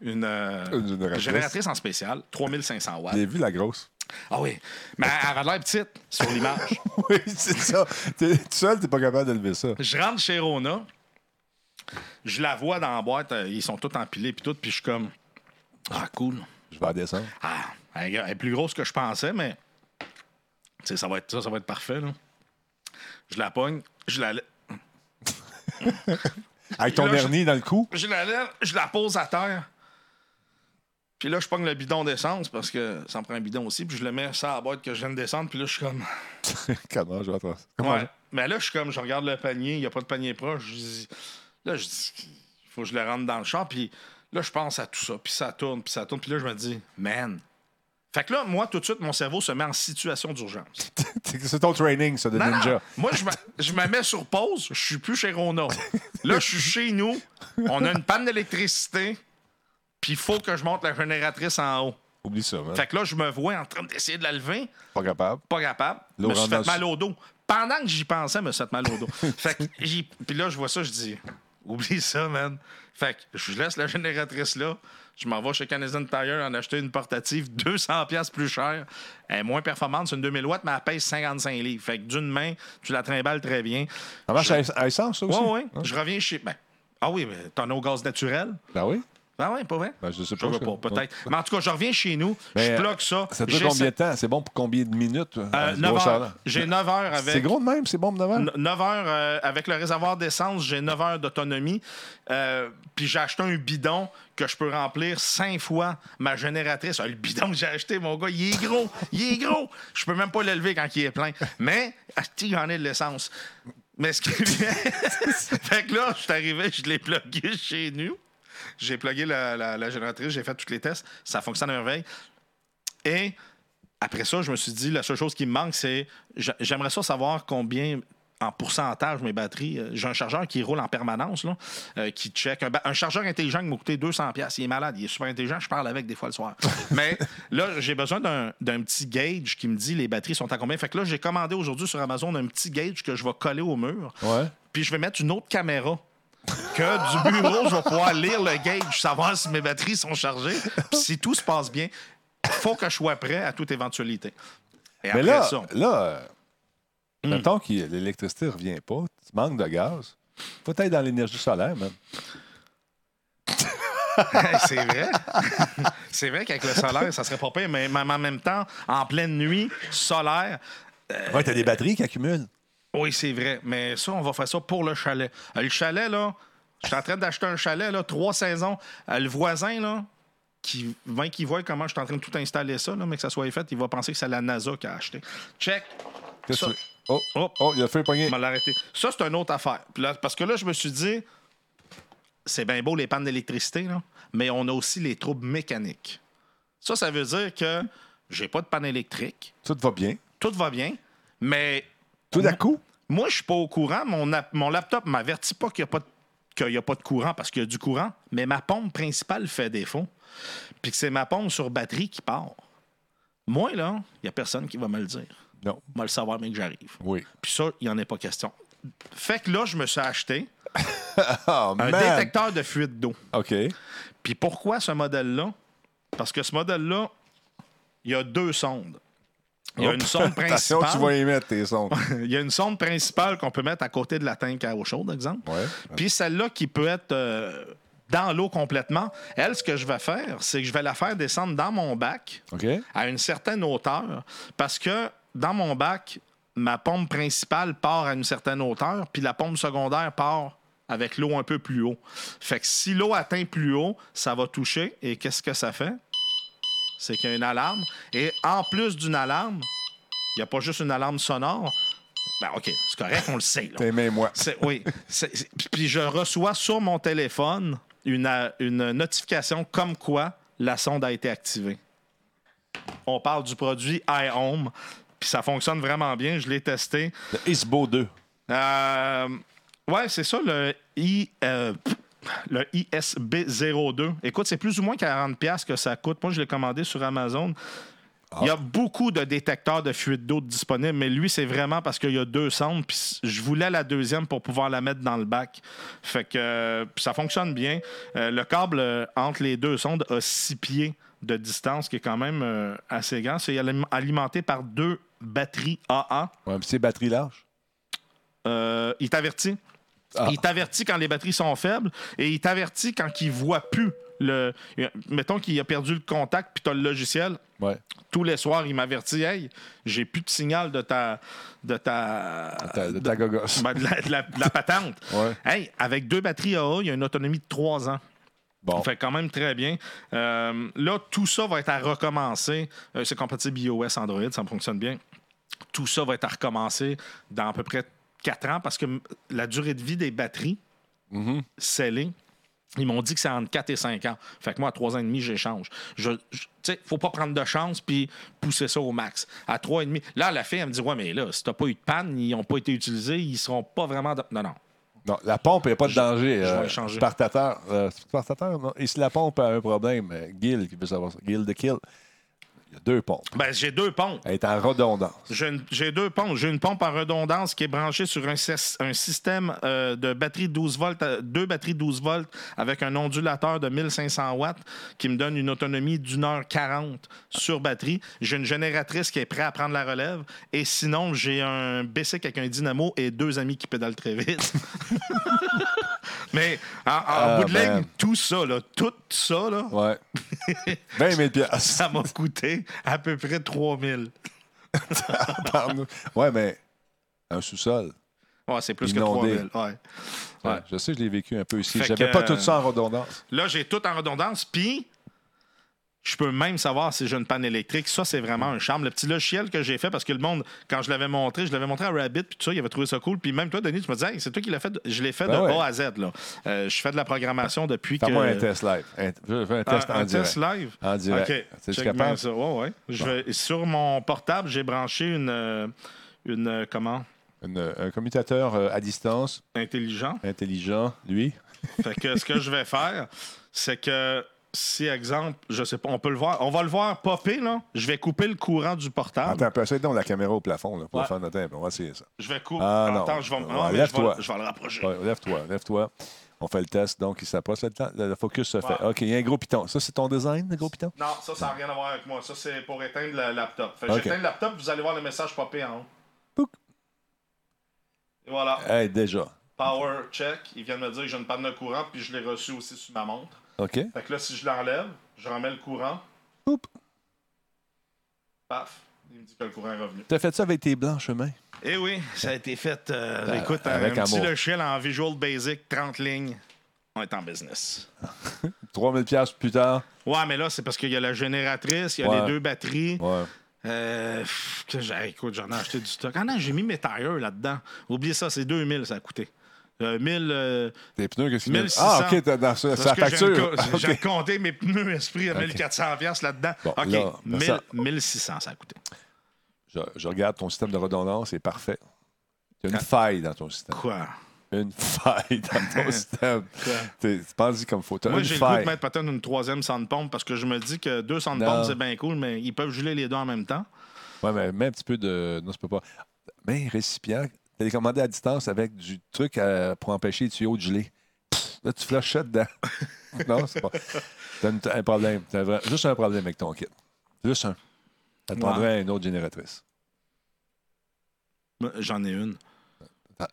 Speaker 2: une, euh,
Speaker 1: Une génératrice.
Speaker 2: génératrice en spécial, 3500 watts.
Speaker 1: J'ai vu la grosse.
Speaker 2: Ah oui, mais elle avait l'air petite sur l'image.
Speaker 1: Oui, c'est ça. T'es tout seul, t'es pas capable d'élever ça.
Speaker 2: je rentre chez Rona, je la vois dans la boîte, euh, ils sont tous empilés puis tout, puis je suis comme ah cool.
Speaker 1: Je vais en descendre.
Speaker 2: Ah, elle est elle est plus grosse que je pensais, mais tu sais, ça va être ça, ça va être parfait là. Je la pogne, je la
Speaker 1: Avec ton
Speaker 2: Là, je-
Speaker 1: hernie dans le cou.
Speaker 2: je la lève, je la pose à terre. Puis là, je pogne le bidon d'essence parce que ça me prend un bidon aussi. Puis je le mets ça à la boîte que je viens de descendre. Puis là, je suis comme.
Speaker 1: Comment je vais attendre?
Speaker 2: Ouais. Mais là, je suis comme, je regarde le panier, il n'y a pas de panier proche. Je dis- là, je dis, faut que je le rentre dans le champ. Puis là, je pense à tout ça. Puis ça tourne, puis ça tourne. Puis là, je me dis, man. Fait que là, moi, tout de suite, mon cerveau se met en situation d'urgence.
Speaker 1: C'est ton training, ça, de
Speaker 2: Non, non.
Speaker 1: ninja.
Speaker 2: Moi, je me, je me mets sur pause. Je suis plus chez Rona. Là, je suis chez nous. On a une panne d'électricité. Puis il faut que je monte la génératrice en haut.
Speaker 1: Oublie ça, man.
Speaker 2: Fait que là, je me vois en train d'essayer de la lever
Speaker 1: Pas capable.
Speaker 2: pas capable. Je
Speaker 1: L'eau
Speaker 2: me suis
Speaker 1: rentre
Speaker 2: fait
Speaker 1: dans le
Speaker 2: mal au dos. Pendant que j'y pensais, je me suis fait mal au dos. fait que j'y- Puis là, je vois ça, je dis, oublie ça, man. Fait que je laisse la génératrice là. Je m'en vais chez Canadian Tire en acheter une portative 200$ piastres plus chère. Elle est moins performante, c'est une 2000 watts, mais elle pèse 55 livres. Fait que d'une main, tu la trimbales très bien.
Speaker 1: Ça marche à à essence, ça aussi?
Speaker 2: Ouais, ouais. Je reviens chez. Ben, ah oui, mais t'en as au gaz naturel.
Speaker 1: Ben oui.
Speaker 2: Ah ouais, pas vrai?
Speaker 1: Ben, je sais pas,
Speaker 2: vois
Speaker 1: ça.
Speaker 2: pas, peut-être. Mais en tout cas, je reviens chez nous,
Speaker 1: Mais,
Speaker 2: je bloque ça.
Speaker 1: Ça dure
Speaker 2: j'ai
Speaker 1: combien
Speaker 2: ça-
Speaker 1: de temps? C'est bon pour combien de minutes?
Speaker 2: Euh,
Speaker 1: Un
Speaker 2: 9
Speaker 1: gros
Speaker 2: heures.
Speaker 1: chaland.
Speaker 2: J'ai 9 heures avec.
Speaker 1: C'est gros de même, c'est bon pour 9 heures?
Speaker 2: 9 heures euh, avec le réservoir d'essence, j'ai 9 heures d'autonomie. Euh, puis j'ai acheté un bidon que je peux remplir 5 fois ma génératrice. Ah, le bidon que j'ai acheté, mon gars, il est gros. il est gros. Je peux même pas l'élever quand il est plein. Mais, asti, il y en a de l'essence. Mais ce qui est bien. fait que là, je suis arrivé, je l'ai plugué chez nous. J'ai plugué la, la- la génératrice, j'ai fait tous les tests. Ça fonctionne à merveille. Et après ça, je me suis dit, la seule chose qui me manque, c'est j'a- j'aimerais ça savoir combien en pourcentage mes batteries. euh, J'ai un chargeur qui roule en permanence, là, euh, qui check. Un, ba- un chargeur intelligent qui m'a coûté 200$. piastres. Il est malade, il est super intelligent, je parle avec des fois le soir. Mais là, j'ai besoin d'un d'un petit gauge qui me dit les batteries sont à combien. Fait que là, j'ai commandé aujourd'hui sur Amazon un petit gauge que je vais coller au mur.
Speaker 1: Ouais.
Speaker 2: Puis je vais mettre une autre caméra que du bureau, je vais pouvoir lire le gauge, savoir si mes batteries sont chargées. Puis si tout se passe bien, faut que je sois prêt à toute éventualité. Et
Speaker 1: Mais
Speaker 2: après
Speaker 1: là,
Speaker 2: ça, Hmm.
Speaker 1: là euh, mettons que l'électricité ne revient pas, tu manques de gaz, faut être dans l'énergie solaire, même.
Speaker 2: c'est vrai. c'est vrai qu'avec le solaire, ça serait pas pire, mais mais en même temps, en pleine nuit, solaire, Euh,
Speaker 1: Ouais, t'as des batteries qui accumulent.
Speaker 2: oui, c'est vrai. Mais ça, on va faire ça pour le chalet. Euh, Le chalet, là, je suis en train d'acheter un chalet, là, trois saisons. Euh, Le voisin, là, qui, vint qui voit comment je suis en train de tout installer ça, là, mais que ça soit fait, il va penser que c'est la NASA qui a acheté. Check.
Speaker 1: Qu'est-ce
Speaker 2: Ça-
Speaker 1: que tu veux? Oh,
Speaker 2: Oh.
Speaker 1: oh, il a fait pogner.
Speaker 2: Je vais l'arrêter. Ça, c'est une autre affaire. Puis là, parce que là, je me suis dit, c'est bien beau les pannes d'électricité, là, mais on a aussi les troubles mécaniques. Ça, ça veut dire que j'ai pas de panne électrique,
Speaker 1: Tout va bien.
Speaker 2: tout va bien, mais
Speaker 1: Tout
Speaker 2: Mmh.
Speaker 1: d'un coup,
Speaker 2: moi, je suis pas au courant. Mon, ap- mon laptop m'avertit pas qu'il n'y a, pas de- qu'il y a pas de courant parce qu'il y a du courant, mais ma pompe principale fait défaut. Puis que c'est ma pompe sur batterie qui part. Moi, là, il n'y a personne qui va me le dire.
Speaker 1: non.
Speaker 2: Je vais le savoir, mais que j'arrive.
Speaker 1: Oui.
Speaker 2: Puis ça, il n'y en est pas question. Fait que là, je me suis acheté
Speaker 1: Oh,
Speaker 2: un
Speaker 1: man.
Speaker 2: détecteur de fuite d'eau.
Speaker 1: OK.
Speaker 2: Puis pourquoi ce modèle-là? Parce que ce modèle-là, il y a deux sondes. Il y a une sonde
Speaker 1: Attention, tu vas
Speaker 2: principale.
Speaker 1: y mettre tes sondes.
Speaker 2: Il y a une sonde principale qu'on peut mettre à côté de la tank à eau chaude, exemple.
Speaker 1: Ouais.
Speaker 2: Puis celle-là qui peut être euh, dans l'eau complètement. Elle, ce que je vais faire, c'est que je vais la faire descendre dans mon bac
Speaker 1: OK.
Speaker 2: à une certaine hauteur parce que dans mon bac, ma pompe principale part à une certaine hauteur, puis la pompe secondaire part avec l'eau un peu plus haut. Fait que si l'eau atteint plus haut, ça va toucher. Et qu'est-ce que ça fait? C'est qu'il y a une alarme. Et en plus d'une alarme, il n'y a pas juste une alarme sonore. Ben, OK, c'est correct, on le sait. là.
Speaker 1: T'aimais-moi.
Speaker 2: C'est- oui. C'est- c'est- puis- puis je reçois sur mon téléphone une, euh, une notification comme quoi la sonde a été activée. On parle du produit iHome, puis ça fonctionne vraiment bien. Je l'ai testé.
Speaker 1: Le Isbo 2.
Speaker 2: Euh, ouais, c'est ça, le, I, euh, pff, le ISB02. Écoute, c'est plus ou moins 40$ que ça coûte. Moi, je l'ai commandé sur Amazon. Il y a beaucoup de détecteurs de fuite d'eau disponibles, mais lui, c'est vraiment parce qu'il y a deux sondes. Puis je voulais la deuxième pour pouvoir la mettre dans le bac. Fait que euh, puis ça fonctionne bien. Euh, le câble euh, entre les deux sondes a six pieds de distance, qui est quand même euh, assez grand. C'est alim- alimenté par deux batteries AA.
Speaker 1: Un petit batterie large.
Speaker 2: Euh, il t'avertit. Il t'avertit quand les batteries sont faibles et il t'avertit quand il voit plus le. Mettons qu'il a perdu le contact puis tu as le logiciel.
Speaker 1: Ouais.
Speaker 2: Tous les soirs, il m'avertit Hey, j'ai plus de signal de ta. de ta.
Speaker 1: Ta, de ta gogosse.
Speaker 2: ben, de la, de la- de la patente.
Speaker 1: Ouais.
Speaker 2: Hey, avec deux batteries AA, il y a une autonomie de 3 ans.
Speaker 1: Bon.
Speaker 2: Fait quand même très bien. Euh, là, tout ça va être à recommencer. Euh, c'est compatible iOS, Android, ça fonctionne bien. Tout ça va être à recommencer dans à peu près 4 ans parce que m- la durée de vie des batteries scellées, ils m'ont dit que c'est entre 4 et 5 ans. Fait que moi, à 3 ans et demi, j'échange. Je, je- tu sais, faut pas prendre de chance puis pousser ça au max. À 3 et demi, là, la fille, elle me dit Ouais, mais là, si t'as pas eu de panne, ils ont pas été utilisés, ils seront pas vraiment. dans- Non, non.
Speaker 1: Non, la pompe, il n'y a pas de danger.
Speaker 2: je vais
Speaker 1: euh,
Speaker 2: changer.
Speaker 1: Spartateur. euh, Spartateur, non. Et si la pompe a un problème, euh, Gil qui veut savoir ça. Gil de Kill. Deux pompes.
Speaker 2: Ben, j'ai deux pompes.
Speaker 1: Elle est en redondance.
Speaker 2: J'ai une- J'ai deux pompes. J'ai une pompe en redondance qui est branchée sur un, sys- un système euh, de batterie 12 volts, à- deux batteries 12 volts avec un ondulateur de 1500 watts qui me donne une autonomie d'une heure 40 sur batterie. J'ai une génératrice qui est prête à prendre la relève. Et sinon, j'ai un Bessic avec un dynamo et deux amis qui pédalent très vite. Mais en, en
Speaker 1: Ah,
Speaker 2: bout de ligne,
Speaker 1: man.
Speaker 2: tout ça, là, tout ça, là,
Speaker 1: Ouais. 20 000 piastres.
Speaker 2: ça m'a coûté à peu près 3000.
Speaker 1: Pardon. Ouais, mais un sous-sol.
Speaker 2: Ouais, c'est plus
Speaker 1: Inondé.
Speaker 2: que 3000. Ouais.
Speaker 1: Ouais, euh,
Speaker 2: Ouais.
Speaker 1: Je sais, je l'ai vécu un peu ici.
Speaker 2: Fait
Speaker 1: J'avais
Speaker 2: que-
Speaker 1: pas tout ça en redondance.
Speaker 2: Là, j'ai tout en redondance, puis je peux même savoir si j'ai une panne électrique. Ça, c'est vraiment un charme. Le petit logiciel que j'ai fait, parce que le monde, quand je l'avais montré, je l'avais montré à Rabbit, puis tout ça, il avait trouvé ça cool. Puis même toi, Denis, tu me disais, Hey, c'est toi qui l'as fait. Je l'ai fait
Speaker 1: Ben
Speaker 2: de
Speaker 1: ouais.
Speaker 2: A à Z. Là. Euh, je fais de la programmation depuis que.
Speaker 1: Fais-moi un test live. Un- je fais un test
Speaker 2: Un-
Speaker 1: en
Speaker 2: un
Speaker 1: direct.
Speaker 2: test live?
Speaker 1: En direct.
Speaker 2: OK.
Speaker 1: Es-tu
Speaker 2: Check
Speaker 1: capable?
Speaker 2: bien ça. Ouais, ouais. Je vais- sur mon portable, j'ai branché une. euh, une euh, comment?
Speaker 1: Une- un commutateur euh, à distance,
Speaker 2: Intelligent.
Speaker 1: intelligent, lui.
Speaker 2: Fait que ce que je vais faire, c'est que si, exemple, je sais pas, on peut le voir, on va le voir popper, là. Je vais couper le courant du portable.
Speaker 1: Attends, un peu, essaye donc la caméra au plafond là, pour
Speaker 2: Ah. Ouais.
Speaker 1: faire notre temps. On va essayer ça.
Speaker 2: Je vais couper.
Speaker 1: Ah, non.
Speaker 2: Attends, je vais, me-
Speaker 1: Ouais,
Speaker 2: non, mais je,
Speaker 1: lève-toi.
Speaker 2: vais, je vais le rapprocher.
Speaker 1: Ouais, lève-toi, lève-toi. On fait le test, donc il s'approche le temps. Le le focus se fait. OK, il y a un gros piton. Ça, c'est ton design, le gros piton?
Speaker 2: Non, ça, ça n'a rien à voir avec moi. Ça, c'est pour éteindre le laptop. Fait que
Speaker 1: Ok.
Speaker 2: j'éteins le laptop, vous allez voir le message popper en haut.
Speaker 1: Pouc.
Speaker 2: Et voilà.
Speaker 1: Hey, Eh, déjà.
Speaker 2: Power check. Il vient de me dire que j'ai une panne de courant, puis je l'ai reçu aussi sur ma montre.
Speaker 1: OK.
Speaker 2: Fait que là, si je l'enlève, je remets le courant.
Speaker 1: Poup.
Speaker 2: Paf. Il me dit que le courant est revenu.
Speaker 1: T'as fait ça avec tes blancs chemins.
Speaker 2: Eh oui, ça a été fait. euh, écoute,
Speaker 1: avec
Speaker 2: un petit
Speaker 1: amour.
Speaker 2: logiciel en Visual Basic, 30 lignes. On est en business.
Speaker 1: 3000 piastres plus tard.
Speaker 2: Ouais, mais là, c'est parce qu'il y a la génératrice, il y a
Speaker 1: Ouais.
Speaker 2: les deux batteries.
Speaker 1: Ouais.
Speaker 2: Euh, pff, que j'ai- écoute, j'en ai acheté du stock. Ah non, j'ai mis mes tires là-dedans. Oubliez ça, c'est 2000 ça a coûté. Euh, 1000, euh,
Speaker 1: Tes pneus, qu'est-ce que
Speaker 2: 1600.
Speaker 1: Ah, OK, t'as dans ça,
Speaker 2: parce
Speaker 1: ça
Speaker 2: que j'ai
Speaker 1: facture.
Speaker 2: le co-
Speaker 1: OK.
Speaker 2: J'ai compté mes pneus esprit à 1400 piastres là-dedans.
Speaker 1: Bon,
Speaker 2: OK,
Speaker 1: là,
Speaker 2: 1000
Speaker 1: ça-
Speaker 2: 1600 ça a coûté.
Speaker 1: Je, je regarde ton système de redondance, c'est parfait. Il y
Speaker 2: Ah.
Speaker 1: a une faille dans ton système.
Speaker 2: Quoi?
Speaker 1: Une faille dans ton système. T'es t'es pas dit comme faut. T'as
Speaker 2: Moi,
Speaker 1: une
Speaker 2: j'ai le goût de
Speaker 1: faille.
Speaker 2: mettre peut-être une troisième centre pompe parce que je me dis que deux centres
Speaker 1: Non.
Speaker 2: pompes, c'est bien cool, mais ils peuvent geler les deux en même temps.
Speaker 1: Ouais, mais mets un petit peu de. Non, ça peut pas. Mais récipient, télécommandé à distance avec du truc euh, pour empêcher les tuyaux de geler. Pff, Là, tu flushes ça dedans. non, c'est pas. T'as une- t'as un problème. T'as vra- juste un problème avec ton kit. Juste un. T'attendrais une autre génératrice.
Speaker 2: Moi, J'en ai une.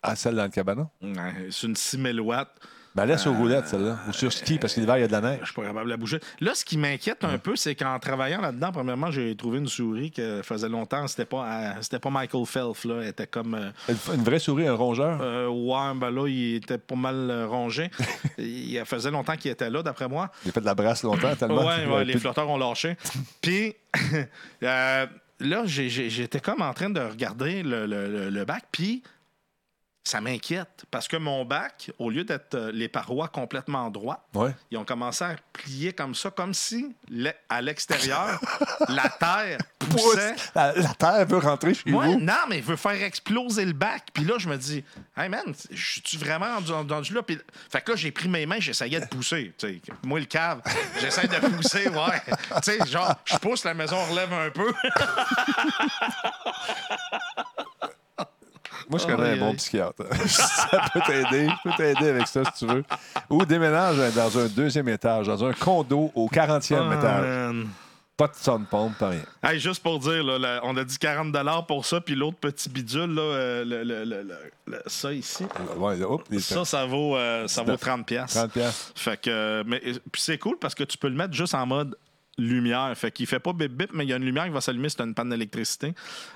Speaker 1: Ah, celle dans le cabanon?
Speaker 2: Ouais, C'est une 6000 watts.
Speaker 1: Ben, laisse
Speaker 2: Euh.
Speaker 1: aux roulettes, celle-là. Ou sur ski, parce que l'hiver, il y a de la
Speaker 2: Je
Speaker 1: neige.
Speaker 2: suis pas capable de la bouger. Là, ce qui m'inquiète un peu, c'est qu'en travaillant là-dedans, premièrement, j'ai trouvé une souris que faisait longtemps. C'était pas, euh, c'était pas Michael Phelps. Là. Elle était comme. euh,
Speaker 1: Une, une vraie souris, un rongeur?
Speaker 2: euh, ouais, ben là, il était pas mal euh, rongé. il elle faisait longtemps qu'il était là, d'après moi.
Speaker 1: J'ai fait de la brasse longtemps, tellement.
Speaker 2: Ouais,
Speaker 1: qu'il
Speaker 2: ouais,
Speaker 1: avait
Speaker 2: les
Speaker 1: plus de-
Speaker 2: flotteurs ont lâché. Puis euh, là, j'ai- j'ai- j'étais comme en train de regarder le, le- le- le bac, puis ça m'inquiète parce que mon bac, au lieu d'être euh, les parois complètement droites,
Speaker 1: Ouais.
Speaker 2: ils ont commencé à plier comme ça, comme si l'e- à l'extérieur, la terre poussait.
Speaker 1: Pousse! La, la terre veut rentrer chez
Speaker 2: Ouais,
Speaker 1: vous.
Speaker 2: non, mais il veut faire exploser le bac. Puis là, je me dis, hey man, je suis vraiment rendu, rendu là. Puis, fait que là, j'ai pris mes mains, j'essayais de pousser. tu sais. Moi, le cave, j'essaie de pousser, ouais. tu sais, genre, je pousse, la maison relève un peu.
Speaker 1: Moi, je
Speaker 2: Aïe,
Speaker 1: connais un bon
Speaker 2: aïe.
Speaker 1: psychiatre. ça peut t'aider. Je peux t'aider avec ça, si tu veux. Ou déménage hein, dans un deuxième étage, dans un condo au 40e
Speaker 2: Ah,
Speaker 1: étage.
Speaker 2: Oh, Man.
Speaker 1: Pas de son de pompe, pas rien.
Speaker 2: Hey, juste pour dire, là, la- on a dit 40 pour ça, puis l'autre petit bidule, là, euh, le- le- le- le- le- ça ici,
Speaker 1: Ouais, là, hop, les
Speaker 2: ça, ça vaut, euh, ça vaut 30 pièces.
Speaker 1: 30 piastres.
Speaker 2: Fait que, euh, mais euh, puis c'est cool parce que tu peux le mettre juste en mode lumière. Fait qu'il fait pas bip bip, mais il y a une lumière qui va s'allumer si tu une panne d'électricité.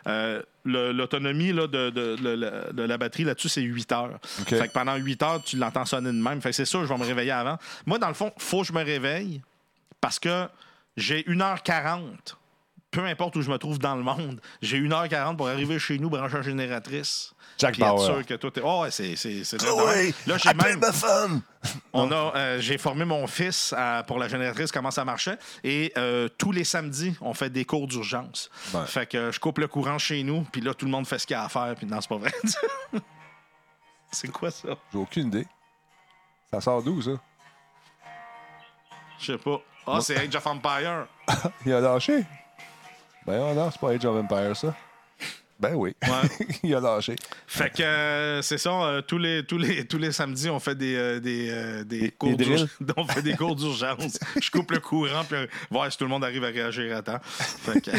Speaker 2: Euh, le- L'autonomie là, de, de- de la- de la batterie là-dessus, c'est 8 heures.
Speaker 1: OK.
Speaker 2: Fait que pendant 8 heures, tu l'entends sonner de même. Fait que c'est sûr, je vais me réveiller avant. Moi, dans le fond, faut que je me réveille parce que j'ai 1h40. Peu importe où je me trouve dans le monde, j'ai 1h40 pour arriver chez nous, brancher une génératrice.
Speaker 1: Jack
Speaker 2: Puis être
Speaker 1: Bauer.
Speaker 2: sûr que tout est. Oh, ouais, c'est. c'est-
Speaker 1: Ah
Speaker 2: c'est-
Speaker 1: Chloé,
Speaker 2: là, j'ai
Speaker 1: appelle
Speaker 2: même.
Speaker 1: ma femme!
Speaker 2: On a, euh, j'ai formé mon fils à- pour la génératrice, comment ça marchait. Et euh, tous les samedis, on fait des cours d'urgence.
Speaker 1: Ouais.
Speaker 2: Fait que euh, je coupe le courant chez nous, puis là, tout le monde fait ce qu'il y a à faire, puis non, c'est pas vrai. c'est quoi ça?
Speaker 1: J'ai aucune idée. Ça sort d'où, ça?
Speaker 2: Je sais pas. Ah, c'est Age of Empire.
Speaker 1: Il a lâché. Ben oh non, c'est pas Age of Empire, ça. Ben oui. Il a lâché.
Speaker 2: Fait que euh, c'est ça, euh, tous, les, tous, les, tous les samedis, on fait des, euh, des, euh, des cours
Speaker 1: des
Speaker 2: d'ur-
Speaker 1: drills.
Speaker 2: on fait des cours d'urgence. Je coupe le courant, puis euh, voir si tout le monde arrive à réagir à temps. Fait que,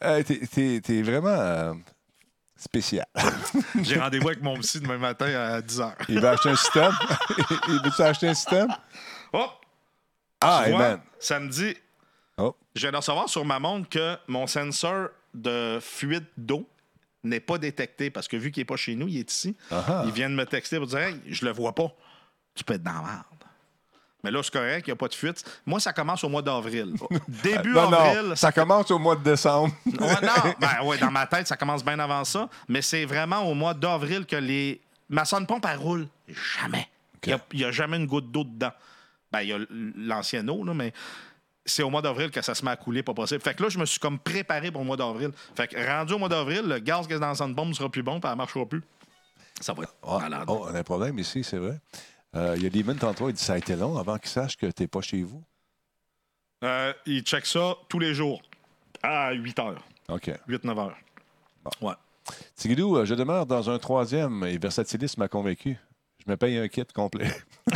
Speaker 1: Hey, t'es, t'es- t'es vraiment euh, spécial.
Speaker 2: j'ai rendez-vous avec mon psy demain matin à 10h.
Speaker 1: Il veut acheter un système. Il veut-tu acheter un système?
Speaker 2: Oh,
Speaker 1: Ah,
Speaker 2: tu vois,
Speaker 1: Amen.
Speaker 2: samedi,
Speaker 1: Oh.
Speaker 2: je viens de recevoir sur ma montre que mon sensor de fuite d'eau n'est pas détecté parce que vu qu'il n'est pas chez nous, il est ici.
Speaker 1: Ah-ha.
Speaker 2: Il vient de me texter pour dire Hey, je le vois pas. Tu peux être dans la merde. Mais là, c'est correct, il n'y a pas de fuite. Moi, ça commence au mois d'avril. Début
Speaker 1: Non,
Speaker 2: avril.
Speaker 1: non, ça commence au mois de décembre.
Speaker 2: Ouais, non, ben ouais, dans ma tête, ça commence bien avant ça. Mais c'est vraiment au mois d'avril que les. Ma sonde pompe, elle roule. Jamais. Il n'y a, jamais une goutte d'eau dedans. Ben, il y a l- l'ancienne eau, là, mais c'est au mois d'avril que ça se met à couler, pas possible. Fait que là, je me suis comme préparé pour le mois d'avril. Fait que rendu au mois d'avril, le gaz qui est dans la sonde pompe sera plus bon, puis elle marchera plus. Ça va être
Speaker 1: Ah,
Speaker 2: malade.
Speaker 1: oh, on a un problème ici, c'est vrai. Euh, Il y a Lehman tantôt, il dit ça a été long avant qu'il sache que t'es pas chez vous.
Speaker 2: Euh, il check ça tous les jours. À 8 h,
Speaker 1: OK.
Speaker 2: 8-9 heures. Ouais.
Speaker 1: Tigidou, euh, je demeure dans un troisième et Versatilis m'a convaincu. Je me paye un kit complet.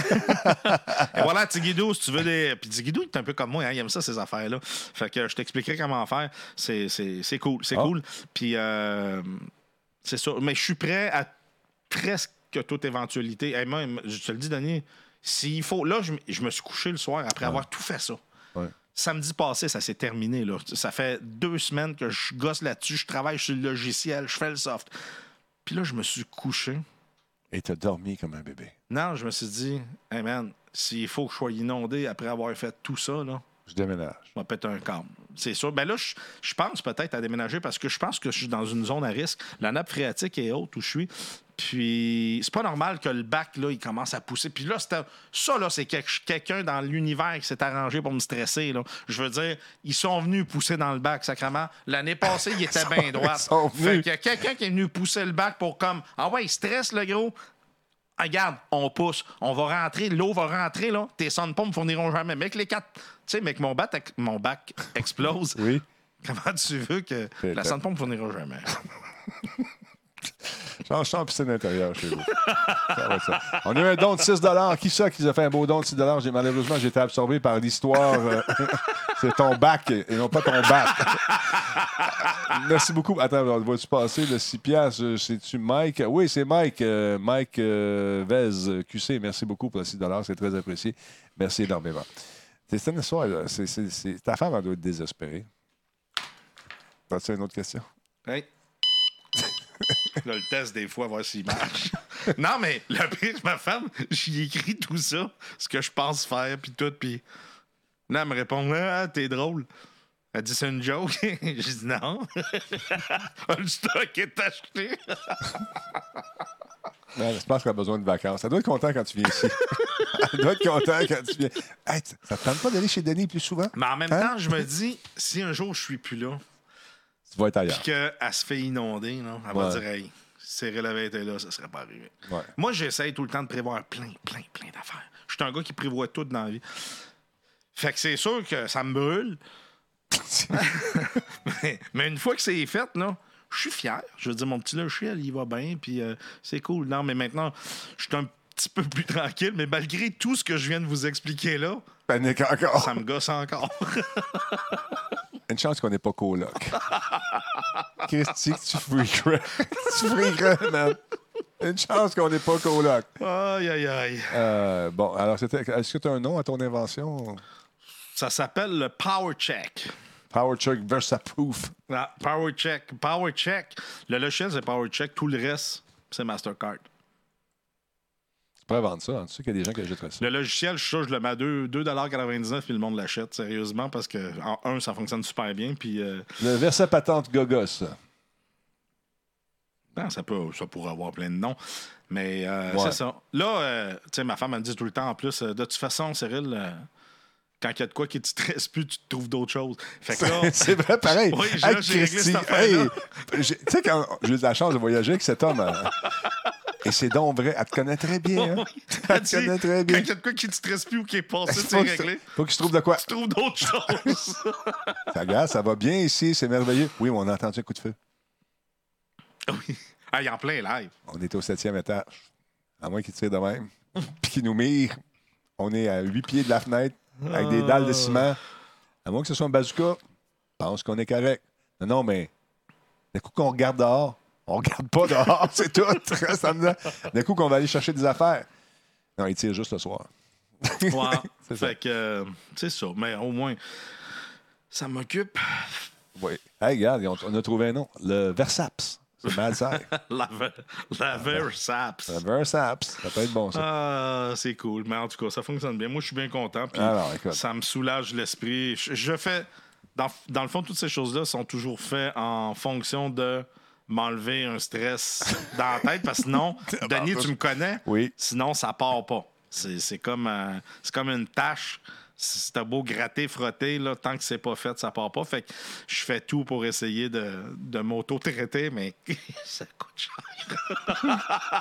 Speaker 2: Et voilà, Tigidou, si tu veux des. Puis Tigidou, il est un peu comme moi, hein, il aime ça, ces affaires-là. Fait que je t'expliquerai comment faire. C'est, c'est- c'est cool, c'est
Speaker 1: Ah.
Speaker 2: cool. Puis euh, c'est ça. Mais je suis prêt à presque toute éventualité. Hey, moi, je te le dis, Denis, s'il faut. Là, je, m- je me suis couché le soir après avoir tout fait ça.
Speaker 1: Ouais.
Speaker 2: Samedi passé, ça s'est terminé. Là. Ça fait deux semaines que je gosse là-dessus, je travaille sur le logiciel, je fais le soft. Puis là, je me suis couché.
Speaker 1: Et t'as dormi comme un bébé.
Speaker 2: Non, je me suis dit, hey man, s'il faut que je sois inondé après avoir fait tout ça, là,
Speaker 1: Je déménage.
Speaker 2: je vais péter un câble. C'est sûr. Ben là, je, je pense peut-être à déménager parce que je pense que je suis dans une zone à risque. La nappe phréatique est haute où je suis. Puis, c'est pas normal que le bac, là, il commence à pousser. Puis là, c'était- ça, là, c'est quelque- quelqu'un dans l'univers qui s'est arrangé pour me stresser, là. Je veux dire, ils sont venus pousser dans le bac, sacrément. L'année passée, il était bien droit.
Speaker 1: ils sont
Speaker 2: Fait
Speaker 1: venus.
Speaker 2: qu'il y a quelqu'un qui est venu pousser le bac pour comme, ah ouais, il stresse, le gros. Ah, Regarde, on pousse, on va rentrer, l'eau va rentrer, là. Tes sons de pompe fourniront jamais. Mec, les quatre. Tu sais, mec, mon bac, mon bac explose.
Speaker 1: Oui.
Speaker 2: Comment tu veux que
Speaker 1: C'est
Speaker 2: la
Speaker 1: fait.
Speaker 2: sonde pompe fournira jamais?
Speaker 1: Je suis en piscine intérieure chez vous. Ça va être ça. On a eu un don de 6 Qui ça qui nous a fait un beau don de 6 J'ai- Malheureusement, j'ai été absorbé par l'histoire. euh, C'est ton bac et non pas ton bac. Merci beaucoup. Attends, on va-tu passer le 6 piastres? euh, C'est-tu Mike? Oui, c'est Mike. euh, Mike euh, Vez, euh, QC. Merci beaucoup pour le 6 C'est très apprécié. Merci énormément. C'est une histoire. là. C'est- c'est- c'est- Ta femme, elle doit être désespérée. As-tu une autre question?
Speaker 2: Hey. Là, le test des fois, voir s'il marche. non, mais le pire, ma femme, j'y écris tout ça, ce que je pense faire, puis tout, puis. Là, elle me répond Ah, t'es drôle. Elle dit C'est une joke. J'ai dit Non. Ah, le stock est acheté.
Speaker 1: Ouais, je pense qu'elle a besoin de vacances. Elle doit être contente quand tu viens ici. Elle doit être contente quand tu viens. Hey, t- ça te tente pas d'aller chez Denis plus souvent?
Speaker 2: Mais en même
Speaker 1: Hein?
Speaker 2: temps, je me dis Si un jour je suis plus là,
Speaker 1: Tu vas être ailleurs.
Speaker 2: puis qu'elle se fait inonder, là, elle va
Speaker 1: Ouais.
Speaker 2: dire Hey, si Cyril avait été là, ça serait pas arrivé.
Speaker 1: Ouais.
Speaker 2: Moi, j'essaye tout le temps de prévoir plein, plein, plein d'affaires. Je suis un gars qui prévoit tout dans la vie. Fait que c'est sûr que ça me brûle. mais, mais une fois que c'est fait, là, je suis fier. Je veux dire, mon petit logiciel, il va bien, puis euh, c'est cool. Non, mais maintenant, je suis un petit peu plus tranquille, mais malgré tout ce que je viens de vous expliquer là,
Speaker 1: Panique encore.
Speaker 2: ça me gosse encore.
Speaker 1: Une chance qu'on n'est pas coloc. Christy, que tu freakerais. tu freakerais, man. Une chance qu'on n'est pas coloc.
Speaker 2: aïe, aïe, aïe.
Speaker 1: Euh, bon, alors, c'était- est-ce que tu as un nom à ton invention?
Speaker 2: Ça s'appelle le Power Check.
Speaker 1: Power Chuck Versaproof.
Speaker 2: Ah, Power Check. Power Check. Le logiciel, c'est Power Check. Tout le reste, c'est Mastercard.
Speaker 1: Tu pourrais vendre ça. hein. Tu sais qu'il y a des gens qui achèteraient ça.
Speaker 2: Le logiciel, je suis sûr, je le mets à deux- 2,99$ puis le monde l'achète, sérieusement, parce que, en un, ça fonctionne super bien, puis euh,
Speaker 1: Le Versa Patente Gogos.
Speaker 2: ben, ça, peut, ça pourrait avoir plein de noms. Mais euh,
Speaker 1: Ouais.
Speaker 2: c'est ça. Là, euh, tu sais, ma femme, elle me dit tout le temps, en plus, euh, de toute façon, Cyril, euh, quand il y a de quoi qui te stresse plus, tu te trouves d'autres choses. Fait que là,
Speaker 1: C'est vrai, pareil.
Speaker 2: Oui, j'ai-
Speaker 1: Hey,
Speaker 2: là, j'ai réglé
Speaker 1: Christy,
Speaker 2: cette affaire-là.
Speaker 1: hey, j'ai- tu sais, quand j'ai eu la chance de voyager avec cet homme, euh, Et c'est donc vrai. Elle te connaît très bien. Hein?
Speaker 2: Elle
Speaker 1: Elle te
Speaker 2: dit,
Speaker 1: connaît
Speaker 2: quand
Speaker 1: très
Speaker 2: il y
Speaker 1: bien.
Speaker 2: a de quoi qui ne te stresse plus ou qui est passé, c'est
Speaker 1: Faut que-
Speaker 2: réglé.
Speaker 1: Faut qu'il se trouve de quoi.
Speaker 2: Tu trouves d'autres choses.
Speaker 1: Ça gare, ça va bien ici, c'est merveilleux. Oui, mais on a entendu un coup de feu.
Speaker 2: oui. Ah, il est en plein live.
Speaker 1: On était au septième étage. À moins qu'il tire de même. Puis qu'il nous mire. On est à huit pieds de la fenêtre, avec des dalles de ciment. À moins que ce soit un bazooka, je pense qu'on est correct. Non, non, mais d'un coup qu'on regarde dehors, on regarde pas dehors, c'est tout. Reste en dedans. D'un coup qu'on va aller chercher des affaires. Non, il tire juste le soir.
Speaker 2: Ouais.
Speaker 1: C'est ça.
Speaker 2: fait que, euh, c'est ça. Mais au moins, ça m'occupe.
Speaker 1: Oui. Hey, regarde, on, on a trouvé un nom. Le Versaps. C'est mal ça.
Speaker 2: La, la Versaps.
Speaker 1: Le Versaps. Ça peut être bon, ça.
Speaker 2: Ah, c'est cool. Mais en tout cas, ça fonctionne bien. Moi, je suis bien content. puis
Speaker 1: Alors, écoute.
Speaker 2: ça me soulage l'esprit. Je, je fais. Dans, dans le fond, toutes ces choses-là sont toujours faites en fonction de m'enlever un stress dans la tête. Parce que sinon, Denis, tu me connais.
Speaker 1: Oui.
Speaker 2: Sinon, ça part pas. C'est c'est comme, euh, c'est comme une tâche. Si si t'as beau gratter, frotter, là, tant que c'est pas fait, ça part pas. Fait que je fais tout pour essayer de, de m'auto-traiter, mais ça coûte cher.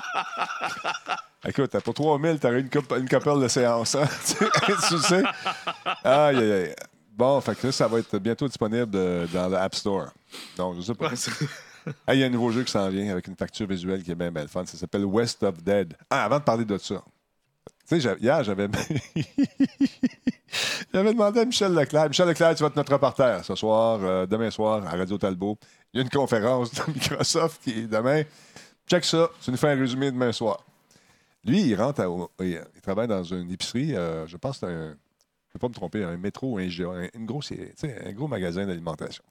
Speaker 1: Écoute, pour 3000, t'aurais une, coupe- une couple de séances. hein? tu tu sais? Aïe, aïe, aïe. Bon, fait que là, ça va être bientôt disponible euh, dans l'App Store. Donc, je sais pas.
Speaker 2: Ouais, c'est-
Speaker 1: Ah, Il y a un nouveau jeu qui s'en vient avec une facture visuelle qui est bien belle fun. Ça s'appelle West of Dead. Ah, avant de parler de ça. Tu sais, j'a- hier, j'avais. j'avais demandé à Michel Leclerc. Michel Leclerc, tu vas être notre reporter ce soir, euh, demain soir, à Radio Talbot. Il y a une conférence de Microsoft qui est demain. Check ça. Tu nous fais un résumé demain soir. Lui, il rentre à- au- il, il travaille dans une épicerie. euh, je pense que c'est un. Je ne peux pas me tromper, un métro, un, GA, un- une grosse- tu sais, un gros magasin d'alimentation.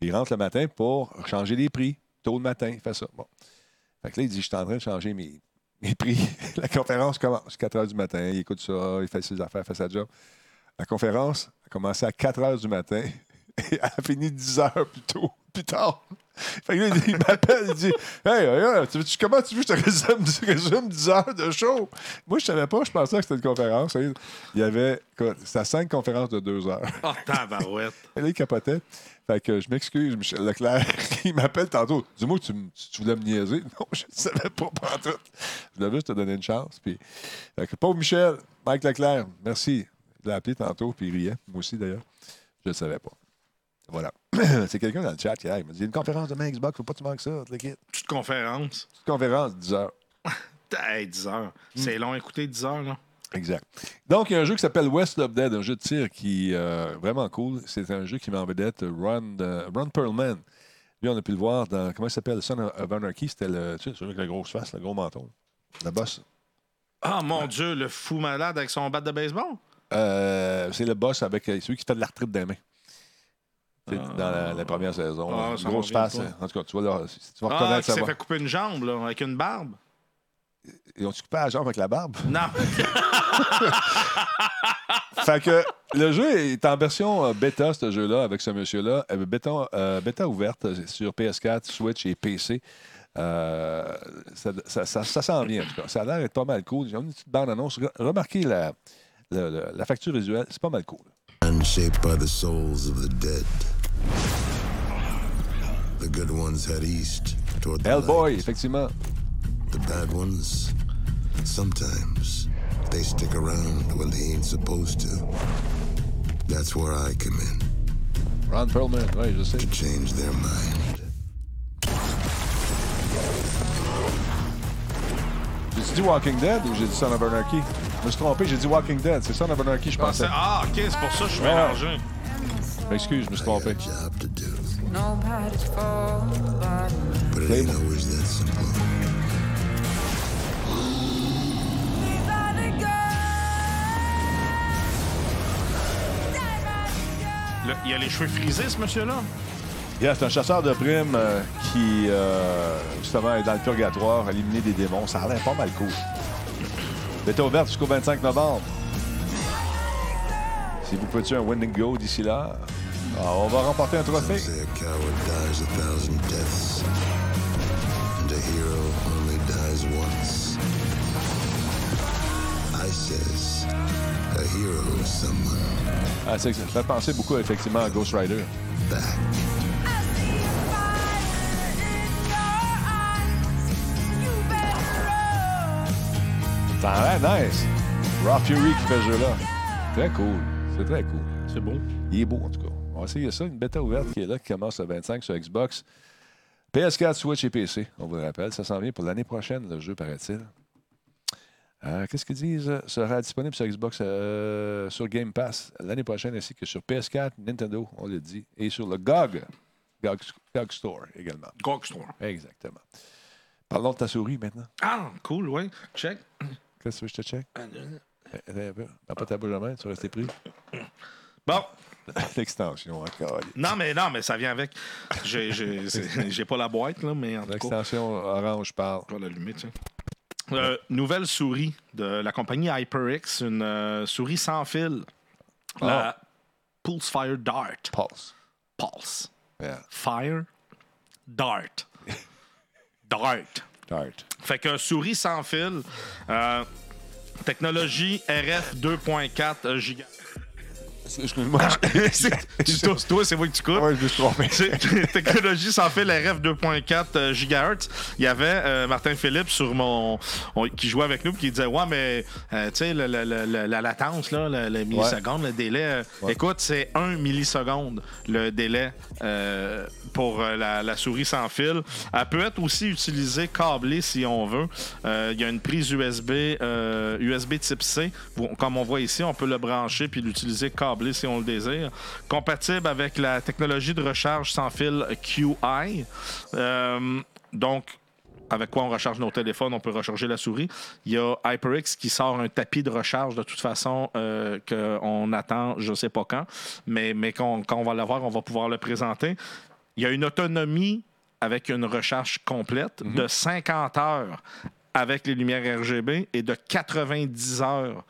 Speaker 1: Puis il rentre le matin pour changer les prix. Tôt le matin, il fait ça. Bon. Fait que là, il dit, je suis en train de changer mes, mes prix. la conférence commence 4 heures du matin. Il écoute ça, il fait ses affaires, fait sa job. La conférence a commencé à 4 heures du matin et elle a fini 10 heures plus tôt, plus tard. Fait que là, il, il m'appelle, il dit Hey, hey, hey, tu, veux- tu- comment tu veux que je te résume, je te résume 10 heures de show Moi, je savais pas, je pensais que c'était une conférence. Il y avait, écoute, c'était 5 conférences de 2 heures.
Speaker 2: Ah, tabarouette.
Speaker 1: Là, il capotait. Fait que je m'excuse, Michel Leclerc. il m'appelle tantôt. Dis-moi, tu, m- tu- tu voulais me niaiser. Non, je ne savais pas pantoute. Je voulais juste te donner une chance. Puis... Fait que, pauvre Michel, Mike Leclerc, merci. Je l'ai appelé tantôt, puis il riait. Moi aussi, d'ailleurs. Je ne savais pas. Voilà. C'est quelqu'un dans le chat hier. Il m'a dit, il y a une conférence demain Xbox, faut pas que tu manques ça. Te le quitte.
Speaker 2: Toute conférence.
Speaker 1: Petite conférence, 10 heures.
Speaker 2: Hey, 10 heures. C'est long à écouter 10 heures, là.
Speaker 1: Exact. Donc, il y a un jeu qui s'appelle West of Dead, un jeu de tir qui est vraiment cool. C'est un jeu qui met en vedette Ron, euh, Ron Perlman. Lui, on a pu le voir dans, comment il s'appelle, Son of Anarchy. C'était le, tu sais, celui avec la grosse face, le gros menton. Le boss.
Speaker 2: Ah, mon Dieu, le fou malade avec son bat de baseball.
Speaker 1: Euh, c'est le boss avec euh, celui qui fait de l'arthrite des mains. C'est dans la, la première saison.
Speaker 2: Ah,
Speaker 1: là.
Speaker 2: ça
Speaker 1: grosse
Speaker 2: revient
Speaker 1: face.
Speaker 2: pas.
Speaker 1: hein. En tout cas, tu vas, le- si tu vas
Speaker 2: Ah,
Speaker 1: reconnaître
Speaker 2: qui
Speaker 1: ça.
Speaker 2: s'est fait couper une jambe, là, avec une barbe.
Speaker 1: Ils ont-tu coupé la jambe avec la barbe?
Speaker 2: Non.
Speaker 1: fait que le jeu est en version euh, bêta, ce jeu-là, avec ce monsieur-là. Euh, bêta, euh, bêta ouverte sur PS4, Switch et PC. Euh, ça, ça, ça- ça s'en vient, en tout cas. Ça a l'air d'être pas mal cool. J'ai une petite bande-annonce. Re- Remarquez la, le- le- la facture visuelle, c'est pas mal cool.
Speaker 7: and shaped by the souls of the dead. The good ones head east toward the
Speaker 1: Hellboy,
Speaker 7: light.
Speaker 1: effectivement.
Speaker 7: The bad ones, sometimes they stick around when they ain't supposed to. That's where I come in
Speaker 1: Ron Perlman, oui, je sais.
Speaker 7: to change their mind.
Speaker 1: J'ai dit Walking Dead ou j'ai dit Son of Anarchy? Je me suis trompé, j'ai dit Walking Dead. C'est Son of Anarchy, je pensais.
Speaker 2: Ah, ok, c'est pour ça que je suis
Speaker 1: Ouais.
Speaker 2: mélangé.
Speaker 1: Excuse, je me suis trompé.
Speaker 7: Job to do,
Speaker 8: Nobody's fault but
Speaker 7: but it ain't always that simple.
Speaker 2: Le- il a les cheveux frisés, ce monsieur-là.
Speaker 1: Yeah, c'est un chasseur de primes euh, qui, euh, justement, est dans le purgatoire, éliminer des démons. Ça a l'air pas mal cool. Bêta ouverte jusqu'au 25 novembre. Si vous pouvez tuer un winning go d'ici là, ah, on va remporter un trophée.
Speaker 7: Say a coward dies a thousand deaths, and a hero only dies once. I says, a hero is someone
Speaker 1: Ah, c'est- ça fait penser beaucoup, effectivement, à Ghost Rider.
Speaker 7: back.
Speaker 8: You better run.
Speaker 1: Ça a l'air nice. Raw Fury qui fait ce jeu-là. Très cool. C'est très cool.
Speaker 2: C'est beau.
Speaker 1: Il est beau, en tout cas. On va essayer ça. Une bêta ouverte qui est là, qui commence le 25 sur Xbox. PS4, Switch et PC, on vous le rappelle. Ça s'en vient pour l'année prochaine, le jeu, paraît-il. Euh, Qu'est-ce qu'ils disent? euh, Sera disponible sur Xbox, euh, sur Game Pass l'année prochaine, ainsi que sur PS4, Nintendo, on le dit, et sur le GOG, GOG, GOG Store également.
Speaker 2: Gawkstore.
Speaker 1: Exactement. Parlons de ta souris maintenant.
Speaker 2: Ah, cool, ouais. Check.
Speaker 1: Qu'est-ce que tu veux que je te check? Eh, Attends un peu. Prends ben, pas ta bouche à main, tu vas rester pris.
Speaker 2: Bon,
Speaker 5: L'extension,
Speaker 1: hein,
Speaker 5: encore.
Speaker 2: non, mais non, mais ça vient avec. J'ai- J'ai c'est- j'ai pas la boîte, là, mais en tout cas,
Speaker 1: L'extension orange parle.
Speaker 2: je vais l'allumer, tiens. Euh, nouvelle souris de la compagnie HyperX, une euh, souris sans fil. La Pulse Fire Dart.
Speaker 1: Pulse.
Speaker 2: Pulse.
Speaker 1: Yeah.
Speaker 2: Fire Dart. Dart.
Speaker 1: Dart.
Speaker 2: Fait que souris sans fil, euh, technologie RF 2.4 euh, giga.
Speaker 5: Excuse-moi.
Speaker 2: C'est- tu tousses, toi, c'est moi que tu coupes.
Speaker 5: ouais, je me suis trompé.
Speaker 2: C'est- Technologie sans fil RF 2.4 GHz. euh, Il y avait euh, Martin Philippe sur mon on- qui jouait avec nous puis qui disait ouais mais euh, tu sais le- le- le- le- la latence là le, le milliseconde le délai euh, écoute c'est 1 milliseconde le délai euh, pour euh, la, la souris sans fil. Elle peut être aussi utilisée câblée si on veut. Euh, Il y a une prise USB euh, USB type C. Vous- Comme on voit ici, on peut le brancher puis l'utiliser câblé si on le désire. Compatible avec la technologie de recharge sans fil QI. Euh, donc, avec quoi on recharge nos téléphones, on peut recharger la souris. Il y a HyperX qui sort un tapis de recharge de toute façon euh, qu'on attend, je ne sais pas quand, mais, mais qu'on- quand on va l'avoir, on va pouvoir le présenter. Il y a une autonomie avec une recharge complète de 50 heures avec les lumières RGB et de 90 heures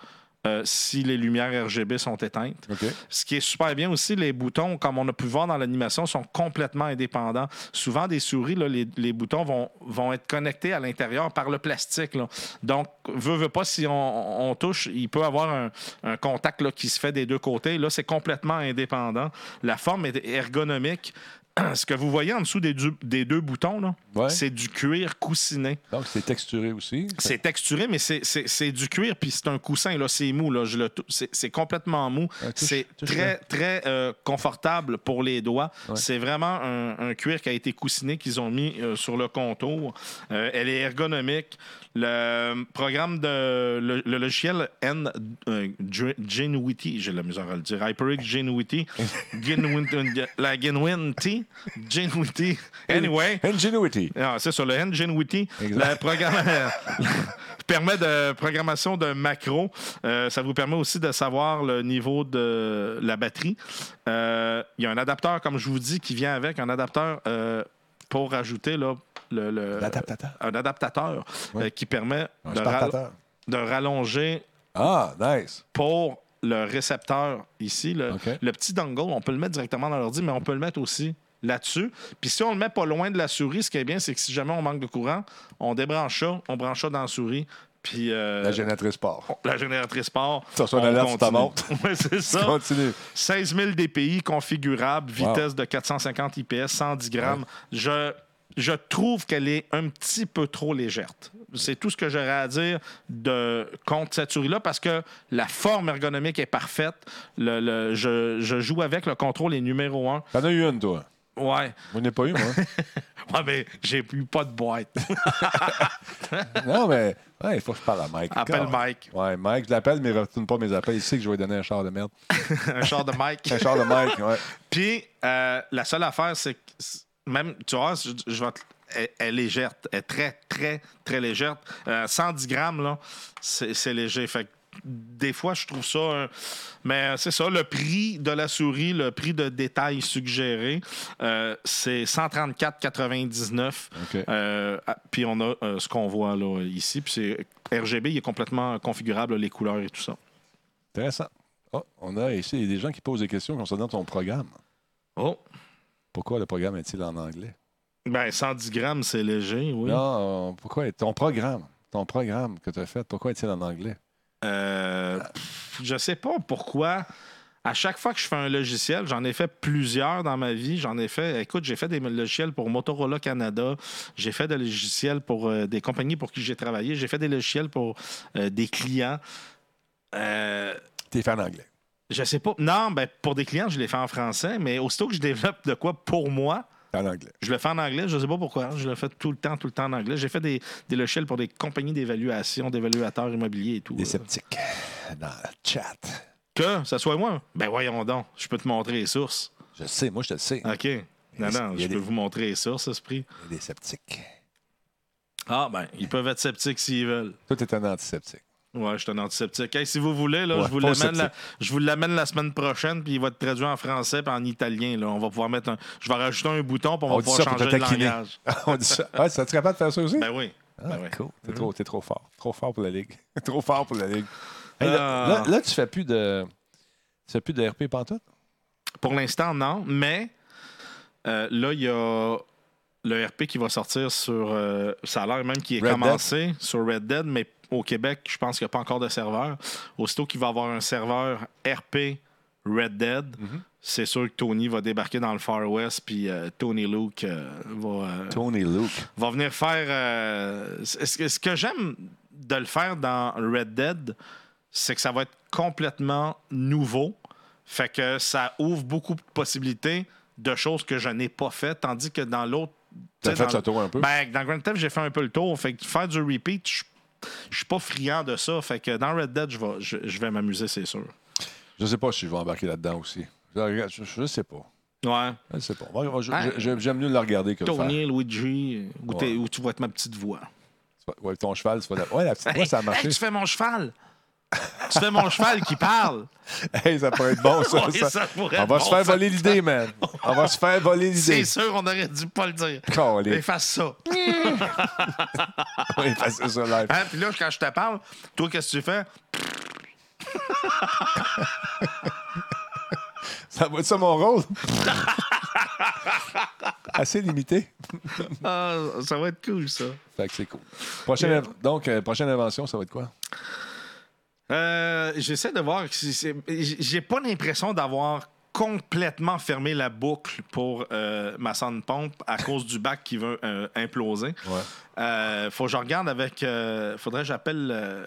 Speaker 2: euh, si les lumières RGB sont éteintes.
Speaker 1: OK.
Speaker 2: Ce qui est super bien aussi, les boutons, comme on a pu voir dans l'animation, sont complètement indépendants. Souvent, des souris, là, les, les boutons vont, vont être connectés à l'intérieur par le plastique. là. Donc, veut, veut pas, si on, on touche, il peut avoir un, un contact là, qui se fait des deux côtés. Là, c'est complètement indépendant. La forme est ergonomique. Ce que vous voyez en dessous des, du- des deux boutons, là,
Speaker 1: Ouais.
Speaker 2: c'est du cuir coussiné.
Speaker 1: Donc, c'est texturé aussi.
Speaker 2: C'est texturé, mais c'est- c'est c'est du cuir, puis c'est un coussin, là, c'est mou, là, je le tou- c'est c'est complètement mou.
Speaker 1: touche-
Speaker 2: c'est
Speaker 1: touche-le.
Speaker 2: très, très euh, confortable pour les doigts. C'est vraiment un, un cuir qui a été coussiné, qu'ils ont mis euh, sur le contour. Euh, elle est ergonomique. Le programme de. Le, le logiciel N. euh, Dr- Genuity, j'ai de la misère à le dire. HyperX Genuity. Genuin- la Genuity. Genuity. Anyway.
Speaker 1: Ingenuity.
Speaker 2: Ah, c'est sur le Ingenuity.
Speaker 1: Exact.
Speaker 2: Le programme permet de programmation de macro. Euh, ça vous permet aussi de savoir le niveau de la batterie. Euh, Il y a un adapteur, comme je vous dis, qui vient avec un adapteur euh, pour ajouter là, le, le-
Speaker 1: L'adaptateur.
Speaker 2: un adaptateur euh, qui permet
Speaker 1: Un
Speaker 2: de,
Speaker 1: spartateur.
Speaker 2: ral- de rallonger
Speaker 1: Ah, nice.
Speaker 2: pour le récepteur ici. Le,
Speaker 1: OK.
Speaker 2: le petit dongle, on peut le mettre directement dans l'ordi, mais on peut le mettre aussi là-dessus. Puis si on le met pas loin de la souris, ce qui est bien, c'est que si jamais on manque de courant, on débranche ça, on branche ça dans la souris, puis euh,
Speaker 5: La génératrice part.
Speaker 2: la génératrice part.
Speaker 5: Ça reçoit une
Speaker 2: on
Speaker 5: alerte sur ta
Speaker 2: continue.
Speaker 5: montre.
Speaker 2: Ouais, c'est ça.
Speaker 5: Continue.
Speaker 2: 16 000 DPI configurable, vitesse de 450 IPS, 110 grammes. Je, je trouve qu'elle est un petit peu trop légère. C'est tout ce que j'aurais à dire de, contre cette souris-là parce que la forme ergonomique est parfaite. Le, le- je, je joue avec, le contrôle est numéro un.
Speaker 1: T'en as eu une, toi.
Speaker 2: Ouais,
Speaker 1: Moi, je n'ai pas eu, moi.
Speaker 2: ouais mais j'ai plus pas de boîte.
Speaker 1: non, mais ouais, il faut que je parle à Mike.
Speaker 2: Appelle
Speaker 1: Encore.
Speaker 2: Mike.
Speaker 1: Ouais, Mike, je l'appelle, mais il ne retourne pas mes appels. Il sait que je vais lui donner un char de merde.
Speaker 2: un char de Mike.
Speaker 1: Un char de Mike, ouais.
Speaker 2: Puis, euh, la seule affaire, c'est que c'est- même, tu vois, je, je vais te- elle, elle est légère. Elle est très, très, très légère. Euh, 110 grammes, là, c'est c'est léger. Fait que des fois, je trouve ça. un- Mais euh, c'est ça, le prix de la souris, le prix de détail suggéré, euh, c'est 134,99.
Speaker 1: OK.
Speaker 2: Euh, ah, puis on a euh, ce qu'on voit là, ici. Puis c'est RGB, il est complètement configurable, les couleurs et tout ça.
Speaker 1: Intéressant. Oh, on a ici il y a des gens qui posent des questions concernant ton programme.
Speaker 2: Oh!
Speaker 1: Pourquoi le programme est-il en anglais?
Speaker 2: Ben, 110 grammes, c'est léger, oui.
Speaker 1: Non, euh, pourquoi est- ton programme, ton programme que tu as fait, pourquoi est-il en anglais?
Speaker 2: Euh, pff, je sais pas pourquoi. À chaque fois que je fais un logiciel, j'en ai fait plusieurs dans ma vie. J'en ai fait, écoute, j'ai fait des logiciels pour Motorola Canada, j'ai fait des logiciels pour euh, des compagnies pour qui j'ai travaillé, j'ai fait des logiciels pour euh, des clients. Euh,
Speaker 1: T'es fan anglais.
Speaker 2: je sais pas. Non, ben, pour des clients, je les fais en français, mais aussitôt que je développe de quoi pour moi,
Speaker 1: T'es en anglais.
Speaker 2: je le fais en anglais, je ne sais pas pourquoi. Je le fais tout le temps, tout le temps en anglais. J'ai fait des, des logiciels pour des compagnies d'évaluation, d'évaluateurs immobiliers et tout.
Speaker 9: Des
Speaker 2: euh.
Speaker 9: sceptiques dans le chat.
Speaker 2: Que ça soit moi? Ben voyons donc, je peux te montrer les sources.
Speaker 9: Je le sais, moi, je te le sais.
Speaker 2: OK. Non,
Speaker 9: Il y a
Speaker 2: non,
Speaker 9: des-
Speaker 2: je peux vous montrer les sources, à ce prix.
Speaker 9: Des sceptiques.
Speaker 2: Ah ben, ils peuvent être sceptiques s'ils veulent.
Speaker 1: Toi, t'es un antiseptique.
Speaker 2: Ouais, je suis un antiseptique. Hey, si vous voulez, là,
Speaker 1: Ouais,
Speaker 2: je vous
Speaker 1: pas
Speaker 2: l'amène la,
Speaker 1: sceptique.
Speaker 2: je vous l'amène la semaine prochaine, puis il va être traduit en français puis en italien. Là. On va pouvoir mettre un. Je vais rajouter un bouton pour on
Speaker 1: On
Speaker 2: va
Speaker 1: dit
Speaker 2: pouvoir
Speaker 1: ça pour te
Speaker 2: changer le
Speaker 1: taquiner.
Speaker 2: langage.
Speaker 1: On dit ça. Ah, ça te capable de faire ça aussi?
Speaker 2: Ben oui.
Speaker 1: Ah,
Speaker 2: Ben oui.
Speaker 9: Cool.
Speaker 1: T'es trop, t'es trop fort. Trop fort pour la Ligue. trop fort pour la Ligue.
Speaker 9: Hey, là,
Speaker 2: Ah.
Speaker 9: là- là, tu fais plus de. Tu fais plus de RP pantoute?
Speaker 2: Pour l'instant, non, mais euh, là, il y a le RP qui va sortir sur. euh, ça a l'air même qui est
Speaker 1: Red
Speaker 2: commencé sur Red Dead, mais au Québec, je pense qu'il n'y a pas encore de serveur. Aussitôt qu'il va avoir un serveur RP Red Dead, c'est sûr que Tony va débarquer dans le Far West, puis euh, Tony Luke euh, va. euh,
Speaker 9: Tony Luke.
Speaker 2: va venir faire. euh, c- ce, que- ce que j'aime de le faire dans Red Dead, c'est que ça va être complètement nouveau. Fait que ça ouvre beaucoup de possibilités de choses que je n'ai pas faites, tandis que dans l'autre.
Speaker 1: T'as
Speaker 2: tu sais,
Speaker 1: fait
Speaker 2: dans-
Speaker 1: le tour un peu.
Speaker 2: ben, dans Grand Theft, j'ai fait un peu le tour. Fait que faire du repeat, je je suis pas friand de ça. Fait que dans Red Dead, je vais, je, je vais m'amuser, c'est sûr.
Speaker 1: Je sais pas si je vais embarquer là-dedans aussi. Je, regarde- je- je sais pas.
Speaker 2: Ouais.
Speaker 1: Je sais pas. Moi, je-
Speaker 2: Ah.
Speaker 1: je- je- J'aime mieux le regarder que le faire.
Speaker 2: Tony, Luigi, où, t'es-
Speaker 1: Ouais.
Speaker 2: où tu vas être ma petite voix.
Speaker 1: Tu vas- Ouais, ton cheval, tu vas la- Ouais, la petite voix, ça a
Speaker 2: Hey,
Speaker 1: marché.
Speaker 2: hey, tu fais mon cheval! tu fais mon cheval qui parle!
Speaker 1: Hey, ça pourrait être bon, ça.
Speaker 2: Ouais,
Speaker 1: ça.
Speaker 2: ça pourrait
Speaker 1: On
Speaker 2: être
Speaker 1: va se
Speaker 2: bon,
Speaker 1: faire
Speaker 2: ça.
Speaker 1: voler l'idée, man. On va se faire voler l'idée.
Speaker 2: C'est sûr, on aurait dû pas le dire.
Speaker 1: Calé.
Speaker 2: Efface ça.
Speaker 1: On va effacer ça live.
Speaker 2: Hein, Puis là, quand je te parle, toi, qu'est-ce que tu fais?
Speaker 1: Ça va être ça mon rôle? Assez limité.
Speaker 2: Ah, ça va être cool, ça.
Speaker 1: Fait que c'est cool. Prochaine,
Speaker 2: Yeah.
Speaker 1: inv- Donc, euh, prochaine invention, ça va être quoi?
Speaker 2: Euh, J'essaie de voir. si c'est- j- J'ai pas l'impression d'avoir complètement fermé la boucle pour euh, ma sonde pompe à cause du bac qui veut euh, imploser.
Speaker 1: Ouais.
Speaker 2: Euh, faut que je regarde avec. euh, faudrait que j'appelle euh,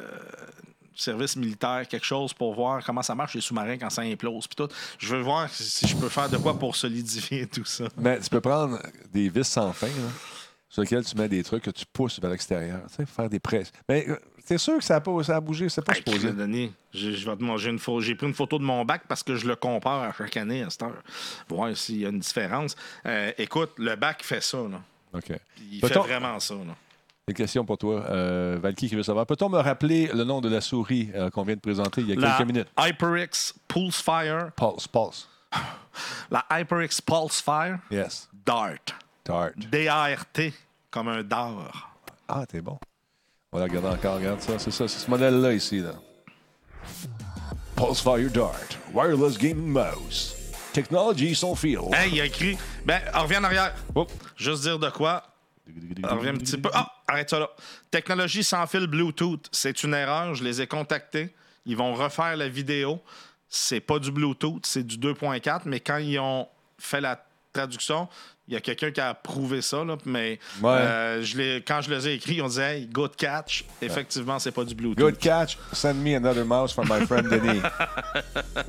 Speaker 2: service militaire, quelque chose pour voir comment ça marche les sous-marins quand ça implose. Puis tout. Je veux voir si je peux faire de quoi pour solidifier tout ça.
Speaker 1: Mais tu peux prendre des vis sans fin, là, sur lesquelles tu mets des trucs que tu pousses vers l'extérieur. Tu sais, faire des presses. Mais euh, c'est sûr que ça a, pas, ça a bougé, c'est pas
Speaker 2: Hey,
Speaker 1: supposé.
Speaker 2: Chris Denis, je, je vais te manger une photo. J'ai pris une photo de mon bac parce que je le compare à chaque année à cette heure. Voir s'il y a une différence. Euh, écoute, le bac fait ça, là.
Speaker 1: OK.
Speaker 2: Il
Speaker 1: Peut-on-
Speaker 2: fait vraiment ça, là.
Speaker 1: Une question pour toi, euh, Valky, qui veut savoir. Peut-on me rappeler le nom de la souris euh, qu'on vient de présenter il y a
Speaker 2: La
Speaker 1: quelques minutes?
Speaker 2: HyperX Pulse Fire.
Speaker 1: Pulse, pulse.
Speaker 2: La HyperX Pulse Fire
Speaker 1: Yes.
Speaker 2: Dart.
Speaker 1: Tart.
Speaker 2: D-A-R-T, comme un dard.
Speaker 1: Ah, t'es bon. On va la regarder encore. Regarde ça. C'est ça. C'est ce modèle-là ici. Là. Pulsefire Dart. Wireless Gaming Mouse. Technology son fil.
Speaker 2: Hey, il a écrit. Ben, on revient en arrière. Juste dire de quoi. On revient un petit peu. Ah, arrête ça là. Technologie sans fil Bluetooth. C'est une erreur. Je les ai contactés. Ils vont refaire la vidéo. C'est pas du Bluetooth, c'est du 2.4. Mais quand ils ont fait la traduction, il y a quelqu'un qui a prouvé ça. Là, mais
Speaker 1: Ouais.
Speaker 2: euh, je les- quand je les ai écrits, on disait hey, good catch. Effectivement, c'est pas du Bluetooth.
Speaker 1: Good catch. Send me another mouse from my friend Denis.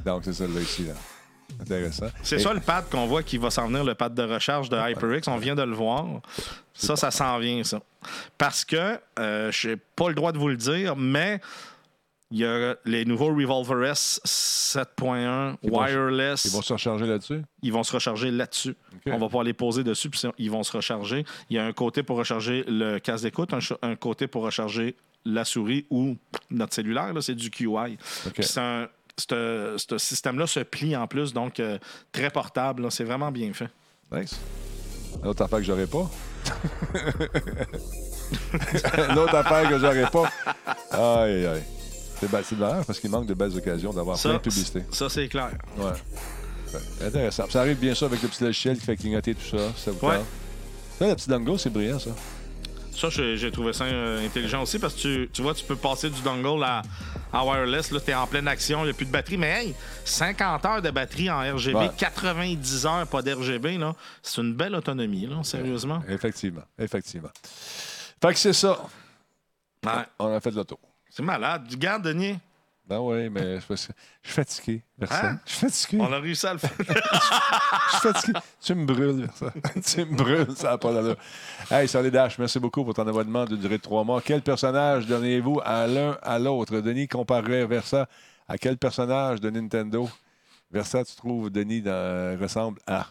Speaker 1: Donc, c'est celle-là ici. Là. Intéressant.
Speaker 2: C'est
Speaker 1: Et-
Speaker 2: ça le pad qu'on voit qui va s'en venir, le pad de recharge de HyperX. On vient de le voir. Ça, ça s'en vient, ça. Parce que, je n'ai pas le droit de vous le dire, mais il y a les nouveaux Revolver S 7.1
Speaker 1: vont-
Speaker 2: wireless.
Speaker 1: Ils vont se recharger là-dessus?
Speaker 2: Ils vont se recharger là-dessus. On va pouvoir les poser dessus, puis ils vont se recharger. Il y a un côté pour recharger le casque d'écoute, un, ch- un côté pour recharger la souris ou notre cellulaire. là, C'est du QI. Puis c'est un- ce- Ce système-là se plie en plus, donc euh, très portable. là, C'est vraiment bien fait.
Speaker 1: Nice. Une autre affaire que j'aurais pas. Une autre affaire que j'aurais pas. Aïe, aïe. C'est ba- c'est de valeur parce qu'il manque de belles occasions d'avoir plein
Speaker 2: Ça,
Speaker 1: de publicité.
Speaker 2: ça, c'est clair.
Speaker 1: Ouais. Fait- Intéressant. Puis Ça arrive bien ça avec le petit logiciel qui fait clignoter tout ça. Ça vous
Speaker 2: Ouais.
Speaker 1: parle. Ça, le petit dango, c'est brillant, ça.
Speaker 2: Ça, j'ai j'ai trouvé ça euh, intelligent aussi parce que tu, tu vois, tu peux passer du dongle à, à wireless. Là, t'es en pleine action, il n'y a plus de batterie. Mais hey, 50 heures de batterie en RGB,
Speaker 1: Ouais.
Speaker 2: 90 heures pas d'RGB, là, c'est une belle autonomie, là, sérieusement.
Speaker 1: Effectivement, effectivement. Fait que c'est ça.
Speaker 2: Ouais.
Speaker 1: On a fait le tour.
Speaker 2: C'est malade. Du garde, Denis.
Speaker 1: Ben oui, mais je suis je suis fatigué, personne.
Speaker 2: Hein?
Speaker 1: Je suis fatigué.
Speaker 2: On a réussi à le faire.
Speaker 1: Je suis fatigué. tu me brûles, ça. tu me brûles, ça n'a pas d'allure. Hey, Solid Dash, merci beaucoup pour ton abonnement d'une durée de trois mois. Quel personnage donnez-vous à l'un à l'autre? Denis comparerait Versa à quel personnage de Nintendo? Versa, tu trouves, Denis, dans- ressemble à...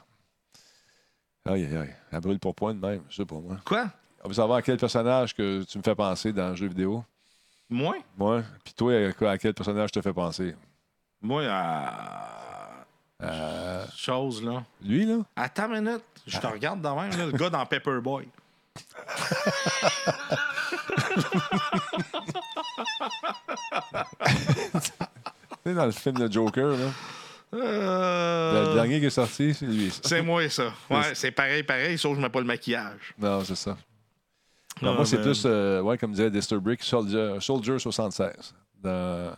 Speaker 1: Aïe, aïe, aïe. Elle brûle pour point de même, je sais pas moi.
Speaker 2: Quoi?
Speaker 1: On veut savoir à quel personnage que tu me fais penser dans le jeu vidéo.
Speaker 2: Moi?
Speaker 1: Moi, puis toi, à quoi- à quel personnage je te fais penser?
Speaker 2: Moi, à.
Speaker 1: Euh.
Speaker 2: Chose, là.
Speaker 1: Lui, là?
Speaker 2: Attends une minute. Je
Speaker 1: Ah.
Speaker 2: te regarde dans même, là, le gars dans Pepperboy.
Speaker 1: Tu sais, dans le film de Joker, là.
Speaker 2: Euh,
Speaker 1: Le dernier qui est sorti, c'est lui. ça.
Speaker 2: C'est moi, ça. Ouais, c'est pareil, pareil, sauf que je mets pas le maquillage.
Speaker 1: Non, c'est ça. Non,
Speaker 2: Ah,
Speaker 1: moi, c'est
Speaker 2: mais-
Speaker 1: plus, euh, ouais, comme disait Dester Brick, Soldier, Soldier 76. Dans...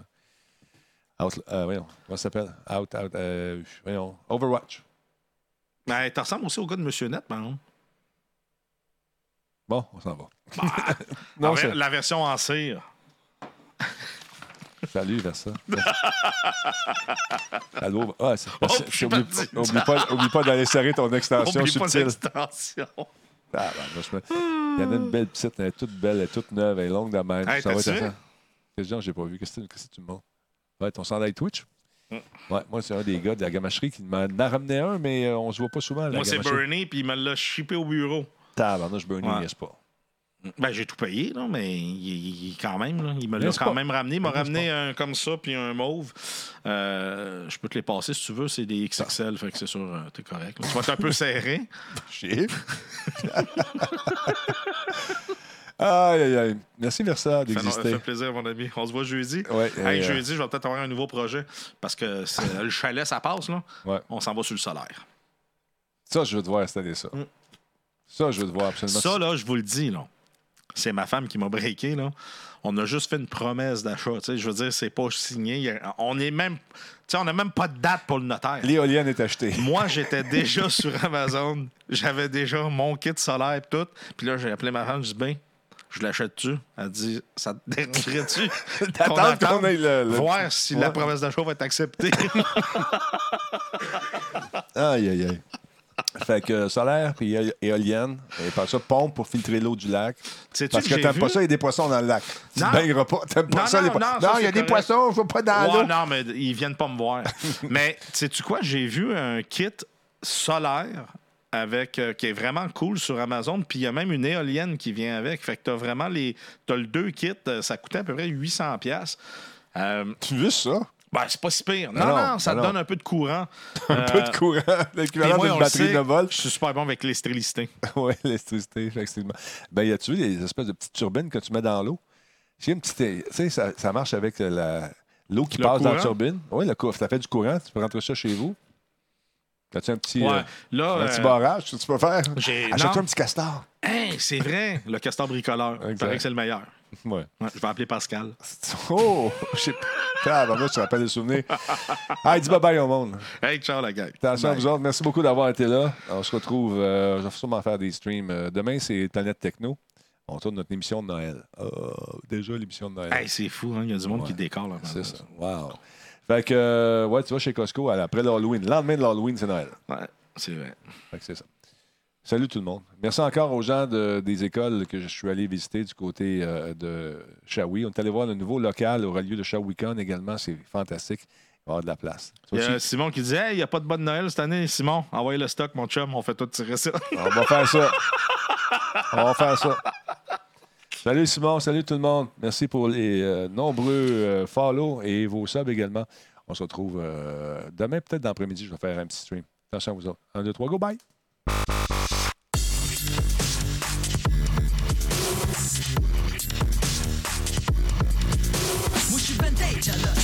Speaker 1: Out, euh, voyons, comment ça s'appelle? Out, out, euh, voyons, Overwatch.
Speaker 2: Ben, tu ressembles aussi au gars de Monsieur Net, par exemple.
Speaker 1: Bon, on s'en va.
Speaker 2: La
Speaker 1: non,
Speaker 2: ver-
Speaker 1: c'est-
Speaker 2: la version en cire.
Speaker 1: Salut, Versa. Allô? Ah, c'est-
Speaker 2: Oh, je suis
Speaker 1: oublie,
Speaker 2: parti.
Speaker 1: oublie pas, oublie pas d'aller serrer ton extension
Speaker 2: Oublie pas
Speaker 1: subtile.
Speaker 2: l'extension.
Speaker 1: Ah, ben, moi, je me- Il y avait une belle petite, elle est toute belle, elle est toute neuve, elle est longue de même.
Speaker 2: Hey,
Speaker 1: ça va
Speaker 2: t'as-tu
Speaker 1: être
Speaker 2: vu?
Speaker 1: ça. Qu'est-ce que j'ai pas vu? Qu'est-ce que qu'est-ce que tu me montres? Ouais, ton sandail Twitch?
Speaker 2: Mm.
Speaker 1: Ouais, moi, c'est un des gars de la gamacherie qui m'en a ramené un, mais euh, on se voit pas souvent. à La
Speaker 2: Moi, c'est
Speaker 1: gamacherie.
Speaker 2: Bernie, puis il me l'a chippé au bureau.
Speaker 1: Tabarnouche, Bernie,
Speaker 2: Ouais.
Speaker 1: n'est-ce pas?
Speaker 2: Ben, j'ai tout payé, là, mais il, il- quand même, là, il me l'a
Speaker 1: N'est-ce
Speaker 2: quand
Speaker 1: pas?
Speaker 2: même ramené. Il m'a ramené un comme ça, puis un mauve. Euh, je peux te les passer si tu veux. C'est des XXL, fait que c'est sûr, euh, t'es correct. là. Tu vas être un peu serré.
Speaker 1: Chiffre. aïe, aïe, aïe. Merci, Versa,
Speaker 2: Ça nous- ça
Speaker 1: d'exister.
Speaker 2: fait plaisir, mon ami. On se voit jeudi.
Speaker 1: Ouais,
Speaker 2: Hey,
Speaker 1: et, euh,
Speaker 2: jeudi, je vais peut-être avoir un nouveau projet parce que c'est- le chalet, ça passe, là.
Speaker 1: Ouais.
Speaker 2: On s'en va sur le solaire.
Speaker 1: Ça, je veux te voir installer ça. Ça, je veux te voir absolument.
Speaker 2: Mm. Ça, là, je vous le dis, là. C'est ma femme qui m'a breaké, là. On a juste fait une promesse d'achat. tu sais. Je veux dire, c'est pas signé. Il y a- On est même. tu sais, on n'a même pas de date pour le notaire.
Speaker 1: L'éolienne est achetée.
Speaker 2: Moi, j'étais déjà sur Amazon. J'avais déjà mon kit solaire et tout. Puis là, j'ai appelé ma femme, je dis ben, je l'achète-tu? Elle dit Ça te dérangerait-tu?
Speaker 1: D'attendre
Speaker 2: qu'on attende
Speaker 1: qu'on ait le- le-
Speaker 2: Voir si la
Speaker 1: Ouais.
Speaker 2: promesse d'achat va être acceptée.
Speaker 1: Aïe, aïe, aïe. Fait que euh, solaire puis éo- éolienne. Et par ça, pompe pour filtrer l'eau du lac.
Speaker 2: Sais-tu
Speaker 1: Parce
Speaker 2: que
Speaker 1: que
Speaker 2: j'ai
Speaker 1: t'aimes
Speaker 2: vu?
Speaker 1: pas ça, il y a des poissons dans le lac. Tu
Speaker 2: Non.
Speaker 1: baigneras pas. T'aimes pas
Speaker 2: Non,
Speaker 1: ça, les
Speaker 2: non,
Speaker 1: poissons.
Speaker 2: non, ça,
Speaker 1: Non, il y
Speaker 2: c'est
Speaker 1: a des
Speaker 2: correct.
Speaker 1: poissons, je vais pas dans
Speaker 2: Ouais,
Speaker 1: l'eau.
Speaker 2: non, mais ils viennent pas me voir. mais sais-tu quoi? J'ai vu un kit solaire avec euh, qui est vraiment cool sur Amazon. Puis il y a même une éolienne qui vient avec. Fait que t'as vraiment les. T'as le deux kits. euh, Ça coûtait à peu près 800$. piastres. Euh,
Speaker 1: Tu veux ça?
Speaker 2: ben, c'est pas si pire. Non,
Speaker 1: non,
Speaker 2: non, ça
Speaker 1: ben
Speaker 2: te
Speaker 1: non.
Speaker 2: donne un peu de courant.
Speaker 1: Un peu de courant,
Speaker 2: Puis
Speaker 1: l'équivalent
Speaker 2: moi,
Speaker 1: d'une
Speaker 2: on le
Speaker 1: batterie
Speaker 2: sait,
Speaker 1: de
Speaker 2: je
Speaker 1: volts.
Speaker 2: suis super bon avec les stérilistés.
Speaker 1: Oui, l'électricité, effectivement. Ben, y a-tu des espèces de petites turbines que tu mets dans l'eau? J'ai une petite. eh, Tu sais, ça, ça marche avec euh, la- l'eau qui
Speaker 2: Le
Speaker 1: passe dans la
Speaker 2: courant?
Speaker 1: turbine. Oui, le courant. Ça fait du courant. Tu peux rentrer ça chez vous. As-tu un petit, euh,
Speaker 2: Ouais. Là,
Speaker 1: un petit
Speaker 2: euh,
Speaker 1: barrage que tu peux faire?
Speaker 2: j'ai-
Speaker 1: Achète-toi
Speaker 2: non.
Speaker 1: un petit castor.
Speaker 2: hey, c'est vrai, le castor bricoleur. Il
Speaker 1: Exact.
Speaker 2: paraît que c'est le meilleur.
Speaker 1: Ouais.
Speaker 2: Ouais, je vais appeler Pascal.
Speaker 1: Oh! Je sais pas. Avant moi, tu te rappelles des souvenirs. Allez, dis Ah, bye-bye au monde.
Speaker 2: Hey, ciao, la gang.
Speaker 1: Attention à
Speaker 2: Bye.
Speaker 1: vous autres. Merci beaucoup d'avoir été là. On se retrouve. euh, je vais sûrement faire des streams. Euh, demain, c'est Planète Techno. On tourne notre émission de Noël. Ah, déjà l'émission de Noël.
Speaker 2: Hey, c'est fou, hein, il y a du monde qui décore. là.
Speaker 1: c'est ça. Wow. Fait que, euh, ouais, tu vas chez Costco à- après l'Halloween. Le lendemain de l'Halloween, c'est Noël.
Speaker 2: Ouais, c'est vrai.
Speaker 1: Fait que c'est ça. Salut tout le monde. Merci encore aux gens de- des écoles que je suis allé visiter du côté euh, de Shawi. On est allé voir le nouveau local au lieu de Shawicon également. C'est fantastique. Il va y avoir de la place.
Speaker 2: Il
Speaker 1: Toi
Speaker 2: y
Speaker 1: aussi,
Speaker 2: a Simon qui dit Hey, il n'y a pas de bonne Noël cette année. Simon, envoyez le stock, mon chum, on fait tout tirer ça.
Speaker 1: on va faire ça. On va faire ça. Salut Simon, salut tout le monde. Merci pour les euh, nombreux euh, follow et vos subs également. On se retrouve euh, demain, peut-être dans l'après-midi. Je vais faire un petit stream. Attention à vous autres. Un, deux, trois, go, bye!
Speaker 10: Moi je suis vintage, alors